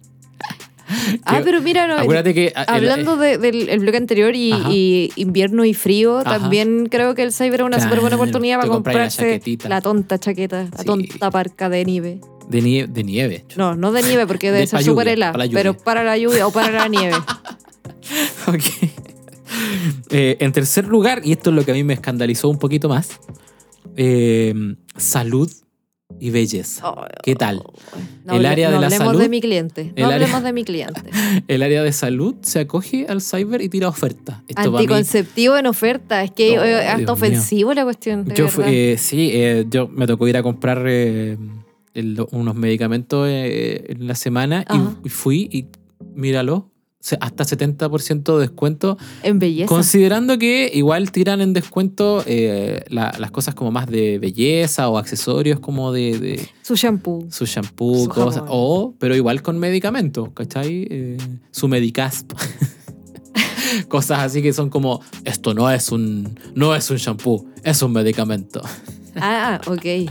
Speaker 1: Ah,
Speaker 2: Que-
Speaker 1: pero mira, no,
Speaker 2: Acuérdate que. a- el- eh,
Speaker 1: hablando de- del el bloque anterior y,
Speaker 2: Ajá.
Speaker 1: y invierno y frío,
Speaker 2: Ajá.
Speaker 1: también creo que el cyber es una
Speaker 2: Claro,
Speaker 1: súper buena oportunidad
Speaker 2: te
Speaker 1: para
Speaker 2: compras la
Speaker 1: comprarse
Speaker 2: chaquetita.
Speaker 1: la tonta chaqueta, la
Speaker 2: Sí.
Speaker 1: tonta parca de nieve.
Speaker 2: de, nieve, de nieve.
Speaker 1: No, no de nieve porque
Speaker 2: De-
Speaker 1: debe
Speaker 2: pa'
Speaker 1: ser súper
Speaker 2: lluvia, pa' la
Speaker 1: helada,
Speaker 2: lluvia.
Speaker 1: pero para la lluvia o para la nieve.
Speaker 2: Ok. Eh, en tercer lugar, y esto es lo que a mí me escandalizó un poquito más, eh, salud y belleza.
Speaker 1: Oh,
Speaker 2: ¿Qué tal?
Speaker 1: no
Speaker 2: El
Speaker 1: hable-
Speaker 2: área de
Speaker 1: no
Speaker 2: la
Speaker 1: hablemos
Speaker 2: salud,
Speaker 1: de mi cliente.
Speaker 2: el
Speaker 1: No
Speaker 2: área-
Speaker 1: hablemos de mi cliente.
Speaker 2: El área de salud se acoge al cyber y tira ofertas. Esto para mí-
Speaker 1: Anticonceptivo en oferta. Es que
Speaker 2: Oh,
Speaker 1: eh,
Speaker 2: Dios mío.
Speaker 1: hasta ofensivo la cuestión. de
Speaker 2: Yo fui-
Speaker 1: verdad.
Speaker 2: eh, sí, eh, yo me tocó ir a comprar eh, el- unos medicamentos eh, en la semana y-
Speaker 1: Ajá.
Speaker 2: y, fui y míralo, se- hasta 70% de descuento,
Speaker 1: en belleza.
Speaker 2: considerando que igual tiran en descuento eh, la- las cosas como más de belleza o accesorios como de, de
Speaker 1: Su shampoo.
Speaker 2: su shampoo,
Speaker 1: Su
Speaker 2: cosas,
Speaker 1: jabón.
Speaker 2: o, pero igual con medicamentos, ¿cachai? Eh, su medicasp. cosas así que son como esto no es un no es un shampoo es un medicamento
Speaker 1: Ah, ah, ok.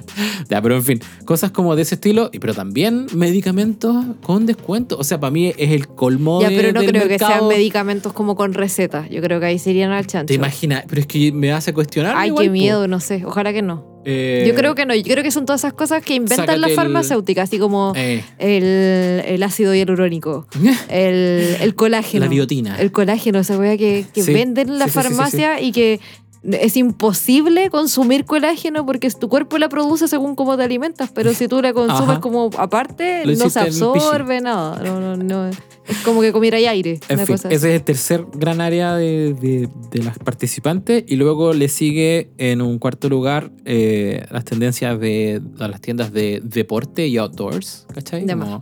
Speaker 2: ya, pero en fin, cosas como de ese estilo, y- pero también medicamentos con descuento. O sea, para mí es el colmo
Speaker 1: Ya,
Speaker 2: de-
Speaker 1: pero no
Speaker 2: del
Speaker 1: creo que sean
Speaker 2: mercado.
Speaker 1: medicamentos como con recetas. Yo creo que ahí serían al chancho.
Speaker 2: Te imaginas, pero es que me hace cuestionar.
Speaker 1: Ay,
Speaker 2: Ah, igual,
Speaker 1: qué
Speaker 2: po.
Speaker 1: miedo, no sé. Ojalá que no.
Speaker 2: Eh,
Speaker 1: Yo creo que no. Yo creo que son todas esas cosas que
Speaker 2: sácate
Speaker 1: inventan las
Speaker 2: el-
Speaker 1: farmacéuticas, así como
Speaker 2: eh,
Speaker 1: el, el ácido hialurónico, el, el colágeno.
Speaker 2: la biotina.
Speaker 1: El colágeno, esa weá que, que
Speaker 2: Sí,
Speaker 1: venden en la
Speaker 2: sí, sí, sí,
Speaker 1: farmacia y que es imposible consumir colágeno porque tu cuerpo la produce según cómo te alimentas, pero si tú la consumes
Speaker 2: Ajá.
Speaker 1: como aparte,
Speaker 2: Lo
Speaker 1: no
Speaker 2: hiciste
Speaker 1: se
Speaker 2: en el
Speaker 1: absorbe nada. No, no, no. Es como que comiera aire.
Speaker 2: En
Speaker 1: una
Speaker 2: fin,
Speaker 1: cosa así.
Speaker 2: ese es el tercer gran área de, de- de las participantes. Y luego le sigue en un cuarto lugar eh, las tendencias de a las tiendas de deporte y outdoors. ¿Cachai?
Speaker 1: De
Speaker 2: Como,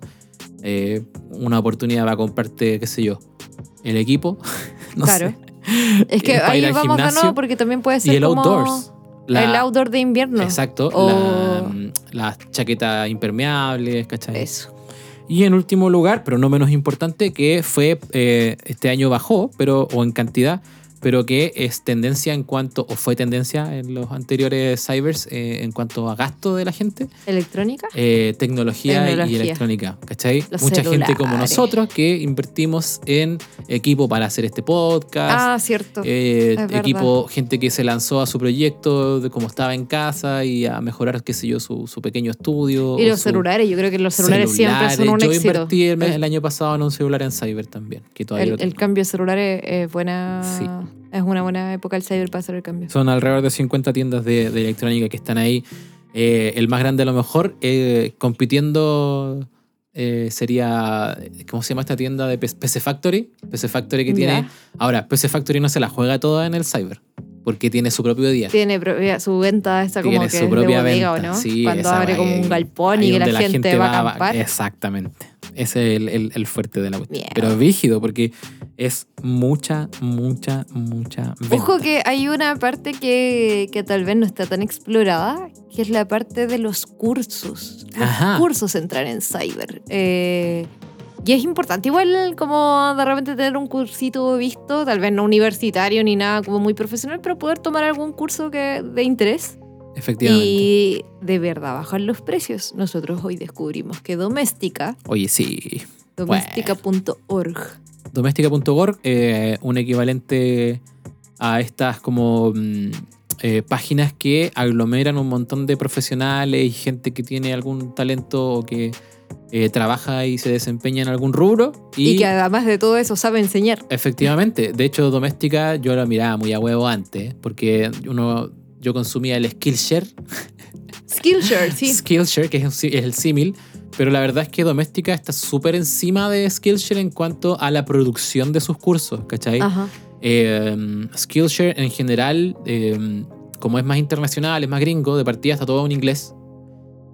Speaker 2: eh, una oportunidad para comprarte, qué sé yo, el equipo. no
Speaker 1: Claro.
Speaker 2: sé.
Speaker 1: Es que
Speaker 2: para
Speaker 1: ahí
Speaker 2: ir al
Speaker 1: vamos de
Speaker 2: gimnasio
Speaker 1: nuevo porque también puede ser
Speaker 2: Y el
Speaker 1: como
Speaker 2: outdoors. La-
Speaker 1: el outdoor de invierno.
Speaker 2: Exacto.
Speaker 1: O-
Speaker 2: la- mm, las chaquetas impermeables, ¿cachai?
Speaker 1: Eso.
Speaker 2: Y en último lugar, pero no menos importante, que fue, eh, este año bajó, pero, o en cantidad, pero que es tendencia en cuanto, o fue tendencia en los anteriores cybers, eh, en cuanto a gasto de la gente,
Speaker 1: ¿Electrónica?
Speaker 2: eh, tecnología, y
Speaker 1: Tecnología.
Speaker 2: electrónica, ¿cachai?
Speaker 1: Los
Speaker 2: Mucha gente como
Speaker 1: celulares.
Speaker 2: nosotros que invertimos en equipo para hacer este podcast,
Speaker 1: Ah, cierto.
Speaker 2: eh,
Speaker 1: Es verdad.
Speaker 2: equipo, gente que se lanzó a su proyecto de cómo estaba en casa y a mejorar, qué sé yo, su, su pequeño estudio.
Speaker 1: y
Speaker 2: o
Speaker 1: los
Speaker 2: su-
Speaker 1: celulares, yo creo que los celulares, siempre son un
Speaker 2: Yo
Speaker 1: éxito.
Speaker 2: invertí el,
Speaker 1: El-
Speaker 2: el año pasado en un celular en Cyber también, que todavía lo
Speaker 1: El,
Speaker 2: tengo.
Speaker 1: el cambio de celular es, es buena.
Speaker 2: Sí.
Speaker 1: Es una buena época el cyber para hacer el cambio.
Speaker 2: Son alrededor de 50 tiendas de, de electrónica que están ahí. Eh, el más grande a lo mejor eh, compitiendo eh, sería, ¿cómo se llama esta tienda de P- PC Factory? PC Factory que
Speaker 1: Ya.
Speaker 2: tiene... Ahora, PC Factory no se la juega toda en el Cyber, porque tiene su propio día.
Speaker 1: Tiene propia- su venta esta como
Speaker 2: tiene
Speaker 1: que
Speaker 2: su
Speaker 1: es
Speaker 2: propia
Speaker 1: de bodega,
Speaker 2: venta.
Speaker 1: ¿o no?
Speaker 2: sí,
Speaker 1: Cuando
Speaker 2: esa
Speaker 1: abre
Speaker 2: va
Speaker 1: como
Speaker 2: ahí-
Speaker 1: un galpón
Speaker 2: ahí
Speaker 1: y que la,
Speaker 2: donde
Speaker 1: gente va a
Speaker 2: va-
Speaker 1: acampar.
Speaker 2: Exactamente. Ese es el, el- el fuerte de la cuestión.
Speaker 1: Mierda.
Speaker 2: Pero es rígido, porque es mucha, mucha, mucha. venta.
Speaker 1: Ojo que hay una parte que, que tal vez no está tan explorada, que es la parte de los cursos. Los
Speaker 2: Ajá.
Speaker 1: cursos entrar en cyber. Eh, y es importante, igual como de repente tener un cursito visto, tal vez no universitario ni nada como muy profesional, pero poder tomar algún curso que, de interés.
Speaker 2: Efectivamente.
Speaker 1: Y de verdad bajar los precios. Nosotros hoy descubrimos que Doméstica,
Speaker 2: Oye, sí.
Speaker 1: doméstica.org,
Speaker 2: Doméstica.org, eh, un equivalente a estas como mm, eh, páginas que aglomeran un montón de profesionales y gente que tiene algún talento o que eh, trabaja y se desempeña en algún rubro.
Speaker 1: y,
Speaker 2: Y,
Speaker 1: que además de todo eso sabe enseñar.
Speaker 2: efectivamente, de hecho, Doméstica yo la miraba muy a huevo antes, porque uno, yo consumía el Skillshare
Speaker 1: Skillshare, sí.
Speaker 2: Skillshare, que es, un sí- es el símil, pero la verdad es que Doméstica está súper encima de Skillshare en cuanto a la producción de sus cursos, ¿cachai?
Speaker 1: Ajá.
Speaker 2: Eh, Skillshare en general, eh, como es más internacional, es más gringo, de partida está todo en inglés.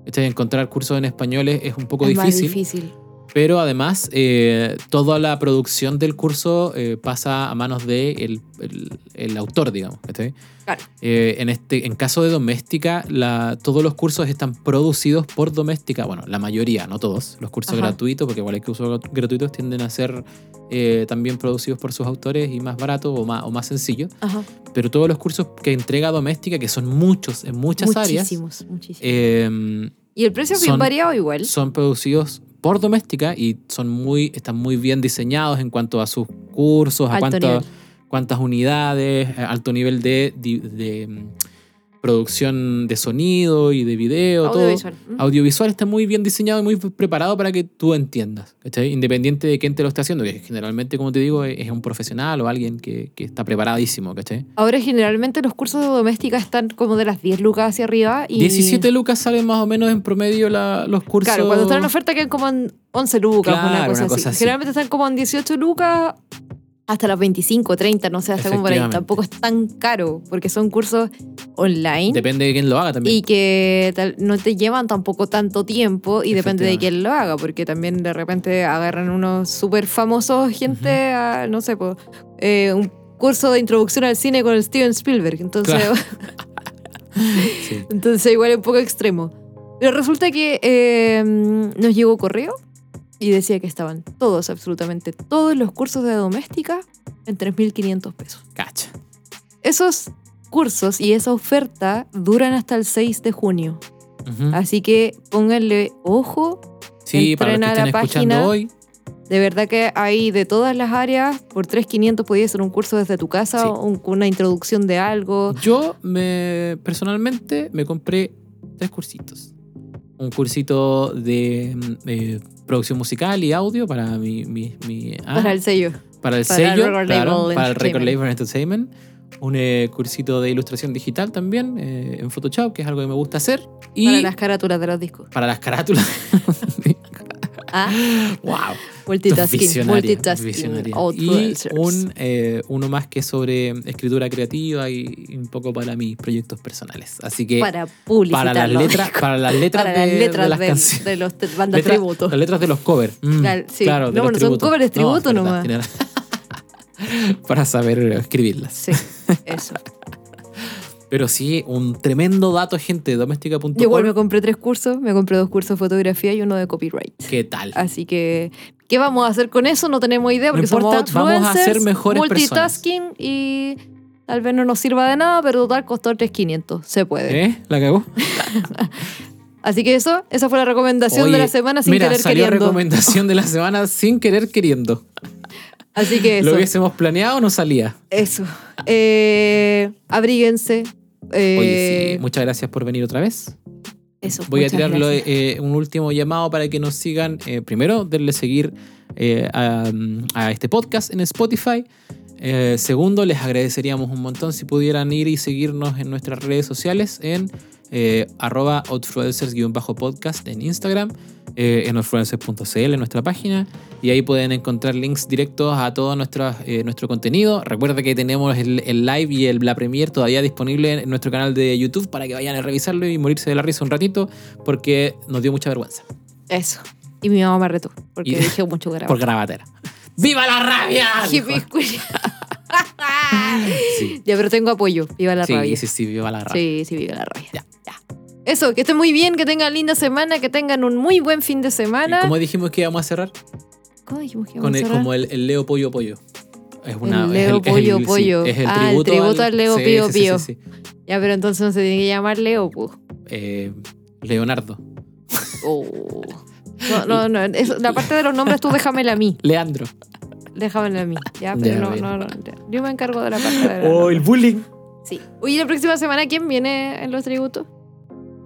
Speaker 2: ¿cachai? Encontrar cursos en español es, es un poco
Speaker 1: es más
Speaker 2: difícil,
Speaker 1: difícil.
Speaker 2: pero además eh, toda la producción del curso eh, pasa a manos del de el- el- el autor, digamos. ¿cachai?
Speaker 1: Claro.
Speaker 2: Eh, en, este, en caso de Doméstica, la- todos los cursos están producidos por Doméstica. Bueno, la mayoría, no todos. Los cursos
Speaker 1: Ajá.
Speaker 2: gratuitos, porque igual hay cursos gratuitos, tienden a ser eh, también producidos por sus autores y más baratos o más, o más sencillos.
Speaker 1: Ajá.
Speaker 2: Pero todos los cursos que entrega Doméstica, que son muchos en muchas áreas,
Speaker 1: muchísimos, muchísimos.
Speaker 2: eh,
Speaker 1: y el precio es bien
Speaker 2: son-
Speaker 1: variado igual.
Speaker 2: son producidos por Doméstica y son muy, están muy bien diseñados en cuanto a sus cursos, a
Speaker 1: Alto
Speaker 2: cuánto,
Speaker 1: nivel.
Speaker 2: cuántas unidades, eh, alto nivel de, di- de, mm, producción de sonido y de video,
Speaker 1: Audiovisual.
Speaker 2: todo.
Speaker 1: Mm.
Speaker 2: Audiovisual está muy bien diseñado y muy preparado para que tú entiendas, ¿cachai? independiente de quién te lo está haciendo, que generalmente, como te digo, es es un profesional o alguien que, que está preparadísimo, ¿cachai?
Speaker 1: Ahora generalmente los cursos de doméstica están como de las 10 lucas hacia arriba. Y,
Speaker 2: 17 lucas salen más o menos en promedio la- los cursos.
Speaker 1: Claro, cuando están en oferta quedan como en 11 lucas,
Speaker 2: Claro,
Speaker 1: una, cosa,
Speaker 2: una
Speaker 1: así.
Speaker 2: cosa así.
Speaker 1: Generalmente están como en 18 lucas hasta las 25, 30, no sé, hasta como por ahí.
Speaker 2: Efectivamente.
Speaker 1: Tampoco es tan caro porque son cursos online.
Speaker 2: Depende de quién lo haga también.
Speaker 1: y que tal- no te llevan tampoco tanto tiempo y depende de
Speaker 2: Efectivamente.
Speaker 1: quién lo haga, porque también de repente agarran unos súper famosos gente a, no sé, po, eh, un curso de introducción al cine con el Steven Spielberg, entonces,
Speaker 2: Claro. Sí.
Speaker 1: entonces igual es un poco extremo. Pero resulta que eh, nos llegó correo y decía que estaban todos, absolutamente todos los cursos de doméstica en 3.500 pesos.
Speaker 2: Cacha.
Speaker 1: Esos cursos y esa oferta duran hasta el 6 de junio.
Speaker 2: Ujú.
Speaker 1: Así que pónganle ojo.
Speaker 2: Sí, para los que
Speaker 1: Entren a
Speaker 2: estén
Speaker 1: la
Speaker 2: escuchando
Speaker 1: página.
Speaker 2: hoy.
Speaker 1: De verdad que hay de todas las áreas. Por 3.500 podías hacer un curso desde tu casa,
Speaker 2: Sí.
Speaker 1: un- una introducción de algo.
Speaker 2: Yo me personalmente me compré tres cursitos. Un cursito de mm, eh, producción musical y audio para mi, mi- mi- ah,
Speaker 1: Para el sello.
Speaker 2: para
Speaker 1: para
Speaker 2: el
Speaker 1: el
Speaker 2: sello,
Speaker 1: Record
Speaker 2: claro,
Speaker 1: Label
Speaker 2: para el Record
Speaker 1: Entertainment.
Speaker 2: Label Entertainment. Un eh, cursito de ilustración digital también eh, en Photoshop, que es algo que me gusta hacer. Y
Speaker 1: Para las carátulas de los discos.
Speaker 2: para las carátulas.
Speaker 1: Ah,
Speaker 2: ¡Wow!
Speaker 1: multitasking.
Speaker 2: Visionaria,
Speaker 1: Multitasking.
Speaker 2: visionaria. Y
Speaker 1: outfluencers.
Speaker 2: un, eh, uno más que es sobre escritura creativa y y un poco para mis proyectos personales. Así que para,
Speaker 1: para publicitar.
Speaker 2: las,
Speaker 1: los
Speaker 2: letras,
Speaker 1: discos.
Speaker 2: para las letras
Speaker 1: Para
Speaker 2: de,
Speaker 1: las
Speaker 2: de
Speaker 1: letras
Speaker 2: las
Speaker 1: de,
Speaker 2: canciones.
Speaker 1: de los te- bandas
Speaker 2: Letra-
Speaker 1: tributo.
Speaker 2: Las letras de los covers. Mm,
Speaker 1: Claro, sí.
Speaker 2: Claro, de
Speaker 1: No,
Speaker 2: los
Speaker 1: bueno, son
Speaker 2: tributos.
Speaker 1: covers
Speaker 2: No, es
Speaker 1: tributo
Speaker 2: verdad,
Speaker 1: nomás.
Speaker 2: tiene ra- para saber escribirlas.
Speaker 1: Sí, eso.
Speaker 2: Pero sí, un tremendo dato, gente, doméstica.com.
Speaker 1: Yo igual me compré tres cursos. Me compré dos cursos de fotografía y uno de copyright.
Speaker 2: ¿Qué tal?
Speaker 1: Así que, ¿qué vamos a hacer con eso? No tenemos idea
Speaker 2: No
Speaker 1: porque somos
Speaker 2: importa, vamos a
Speaker 1: outfluencers,
Speaker 2: ser mejores
Speaker 1: multitasking y tal vez no nos sirva de nada, pero total costó 3.500. Se puede.
Speaker 2: ¿Eh? ¿La cagó?
Speaker 1: Así que eso, esa fue la recomendación de
Speaker 2: Oye,
Speaker 1: la semana sin
Speaker 2: mira,
Speaker 1: querer
Speaker 2: salió
Speaker 1: queriendo.
Speaker 2: recomendación de la semana sin querer queriendo.
Speaker 1: Así que
Speaker 2: Lo
Speaker 1: eso.
Speaker 2: hubiésemos planeado no salía.
Speaker 1: eso. Eh, abríguense. eh,
Speaker 2: Oye, sí, muchas gracias por venir otra vez.
Speaker 1: eso,
Speaker 2: Voy a
Speaker 1: muchas
Speaker 2: tirar lo-
Speaker 1: gracias.
Speaker 2: eh, un último llamado para que nos sigan. Eh, primero, denle seguir eh, a, a este podcast en Spotify. Eh, segundo, les agradeceríamos un montón si pudieran ir y seguirnos en nuestras redes sociales en eh, arroba outfluencers-podcast en Instagram, eh, en outfluencers.cl, en nuestra página. Y ahí pueden encontrar links directos a todo nuestro, nuestro contenido. Recuerda que tenemos el, el live y el, la premiere todavía disponible en nuestro canal de YouTube para que vayan a revisarlo y morirse de la risa un ratito porque nos dio mucha vergüenza.
Speaker 1: Eso. Y mi mamá me retó, porque
Speaker 2: Y-
Speaker 1: dije mucho grave.
Speaker 2: por gravatera. ¡Viva la rabia! dijo. Sí,
Speaker 1: ya, pero tengo apoyo. Viva la
Speaker 2: sí,
Speaker 1: rabia.
Speaker 2: sí, sí, viva la rabia.
Speaker 1: Sí, sí, vive la rabia.
Speaker 2: Ya.
Speaker 1: Eso, que estén muy bien, que tengan linda semana, que tengan un muy buen fin de
Speaker 2: ¿Y
Speaker 1: semana.
Speaker 2: cómo dijimos que íbamos a cerrar?
Speaker 1: ¿Cómo dijimos que íbamos
Speaker 2: Con
Speaker 1: a
Speaker 2: el,
Speaker 1: cerrar?
Speaker 2: como el, el Leo Pollo Pollo. Es
Speaker 1: El
Speaker 2: es
Speaker 1: Leo
Speaker 2: es
Speaker 1: Pollo
Speaker 2: sí,
Speaker 1: Pollo.
Speaker 2: es el
Speaker 1: Ah, el
Speaker 2: tributo,
Speaker 1: tributo al Leo Pío Pío.
Speaker 2: sí, sí.
Speaker 1: Ya, pero entonces no se tiene que llamar Leo, pu.
Speaker 2: Eh, Leonardo.
Speaker 1: Oh. No, no, no. eso- la parte de los nombres tú déjamela a mí.
Speaker 2: Leandro.
Speaker 1: Déjamela a mí. Ya, pero
Speaker 2: Ya,
Speaker 1: no,
Speaker 2: bien.
Speaker 1: no, no, ya. Yo me encargo de la parte de los
Speaker 2: O el
Speaker 1: nombres.
Speaker 2: bullying.
Speaker 1: Sí. Oye, la próxima semana, ¿quién viene en los tributos?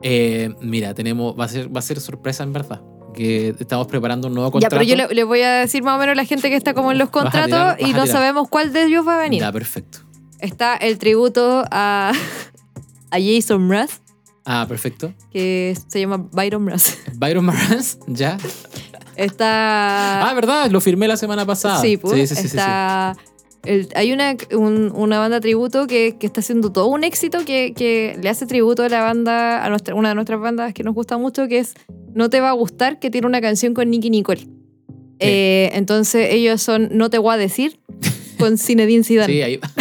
Speaker 2: Eh, mira, tenemos, va a, ser, va a ser sorpresa en verdad. Que estamos preparando un nuevo
Speaker 1: Ya,
Speaker 2: contrato.
Speaker 1: pero yo le, le voy a decir más o menos a la gente que está como en los
Speaker 2: Vas a tirar,
Speaker 1: contratos
Speaker 2: vas
Speaker 1: y
Speaker 2: a
Speaker 1: no
Speaker 2: tirar.
Speaker 1: sabemos cuál de ellos va a venir.
Speaker 2: Ya, perfecto.
Speaker 1: Está el tributo a, a Jason Mraz,
Speaker 2: Ah, perfecto.
Speaker 1: que se llama Byron Mraz.
Speaker 2: Byron Marans, ya.
Speaker 1: Está.
Speaker 2: Ah, ¿verdad? Lo firmé la semana pasada.
Speaker 1: sí, pues,
Speaker 2: sí, sí, sí, sí.
Speaker 1: está. el- hay una, un- una banda tributo que, que está haciendo todo un éxito que, que le hace tributo a la banda, a nuestra, una de nuestras bandas que nos gusta mucho, que es No Te Va a Gustar, que tiene una canción con Nicky Nicole. Eh, entonces ellos son No Te Voy a Decir con Zinedine Zidane.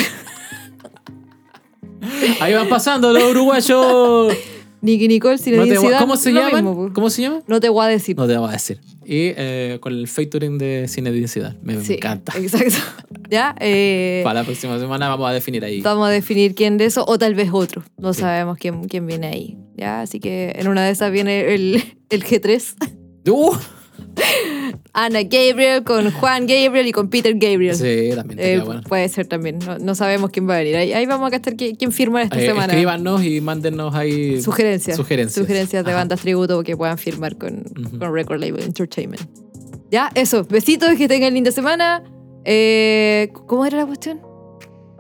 Speaker 2: Sí, ahí Ahí van pasando los uruguayos.
Speaker 1: Nicky Nicole,
Speaker 2: No
Speaker 1: Zinedine
Speaker 2: te voy-
Speaker 1: Zidane.
Speaker 2: ¿Cómo se
Speaker 1: lo
Speaker 2: llaman?
Speaker 1: mismo, pues.
Speaker 2: ¿Cómo se llaman?
Speaker 1: No Te Voy a Decir.
Speaker 2: No te voy a decir. Y eh, con el featuring de Zinedine Zidane. Me
Speaker 1: Sí,
Speaker 2: encanta.
Speaker 1: Exacto. Ya, eh,
Speaker 2: Para la próxima semana vamos a definir ahí.
Speaker 1: vamos a definir quién de esos, o tal vez otro. No
Speaker 2: Sí.
Speaker 1: sabemos quién, quién viene ahí. Ya, así que en una de esas viene el, el G3.
Speaker 2: Uh,
Speaker 1: Ana Gabriel con Juan Gabriel y con Peter Gabriel.
Speaker 2: sí, también
Speaker 1: Eh,
Speaker 2: estaría bueno.
Speaker 1: Puede ser también. No, no sabemos quién va a venir. Ahí, ahí vamos a gastar qui- quién firma esta
Speaker 2: Eh,
Speaker 1: semana.
Speaker 2: escríbanos y mándennos ahí
Speaker 1: Sugerencias.
Speaker 2: sugerencias.
Speaker 1: Sugerencias de
Speaker 2: Ajá.
Speaker 1: bandas tributo que puedan firmar con,
Speaker 2: Ujú.
Speaker 1: con Record Label Entertainment. Ya, eso. Besitos, que tengan linda semana. Eh, ¿Cómo era la cuestión?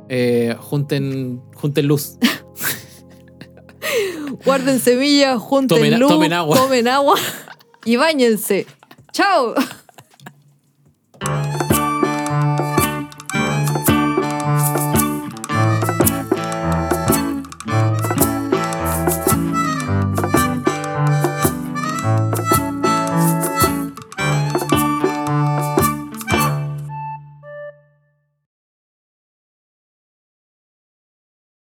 Speaker 2: Eh, junten, junten luz.
Speaker 1: guarden semillas, junten
Speaker 2: Tomen a-
Speaker 1: luz,
Speaker 2: tomen agua.
Speaker 1: tomen agua y bañense. ¡Chao!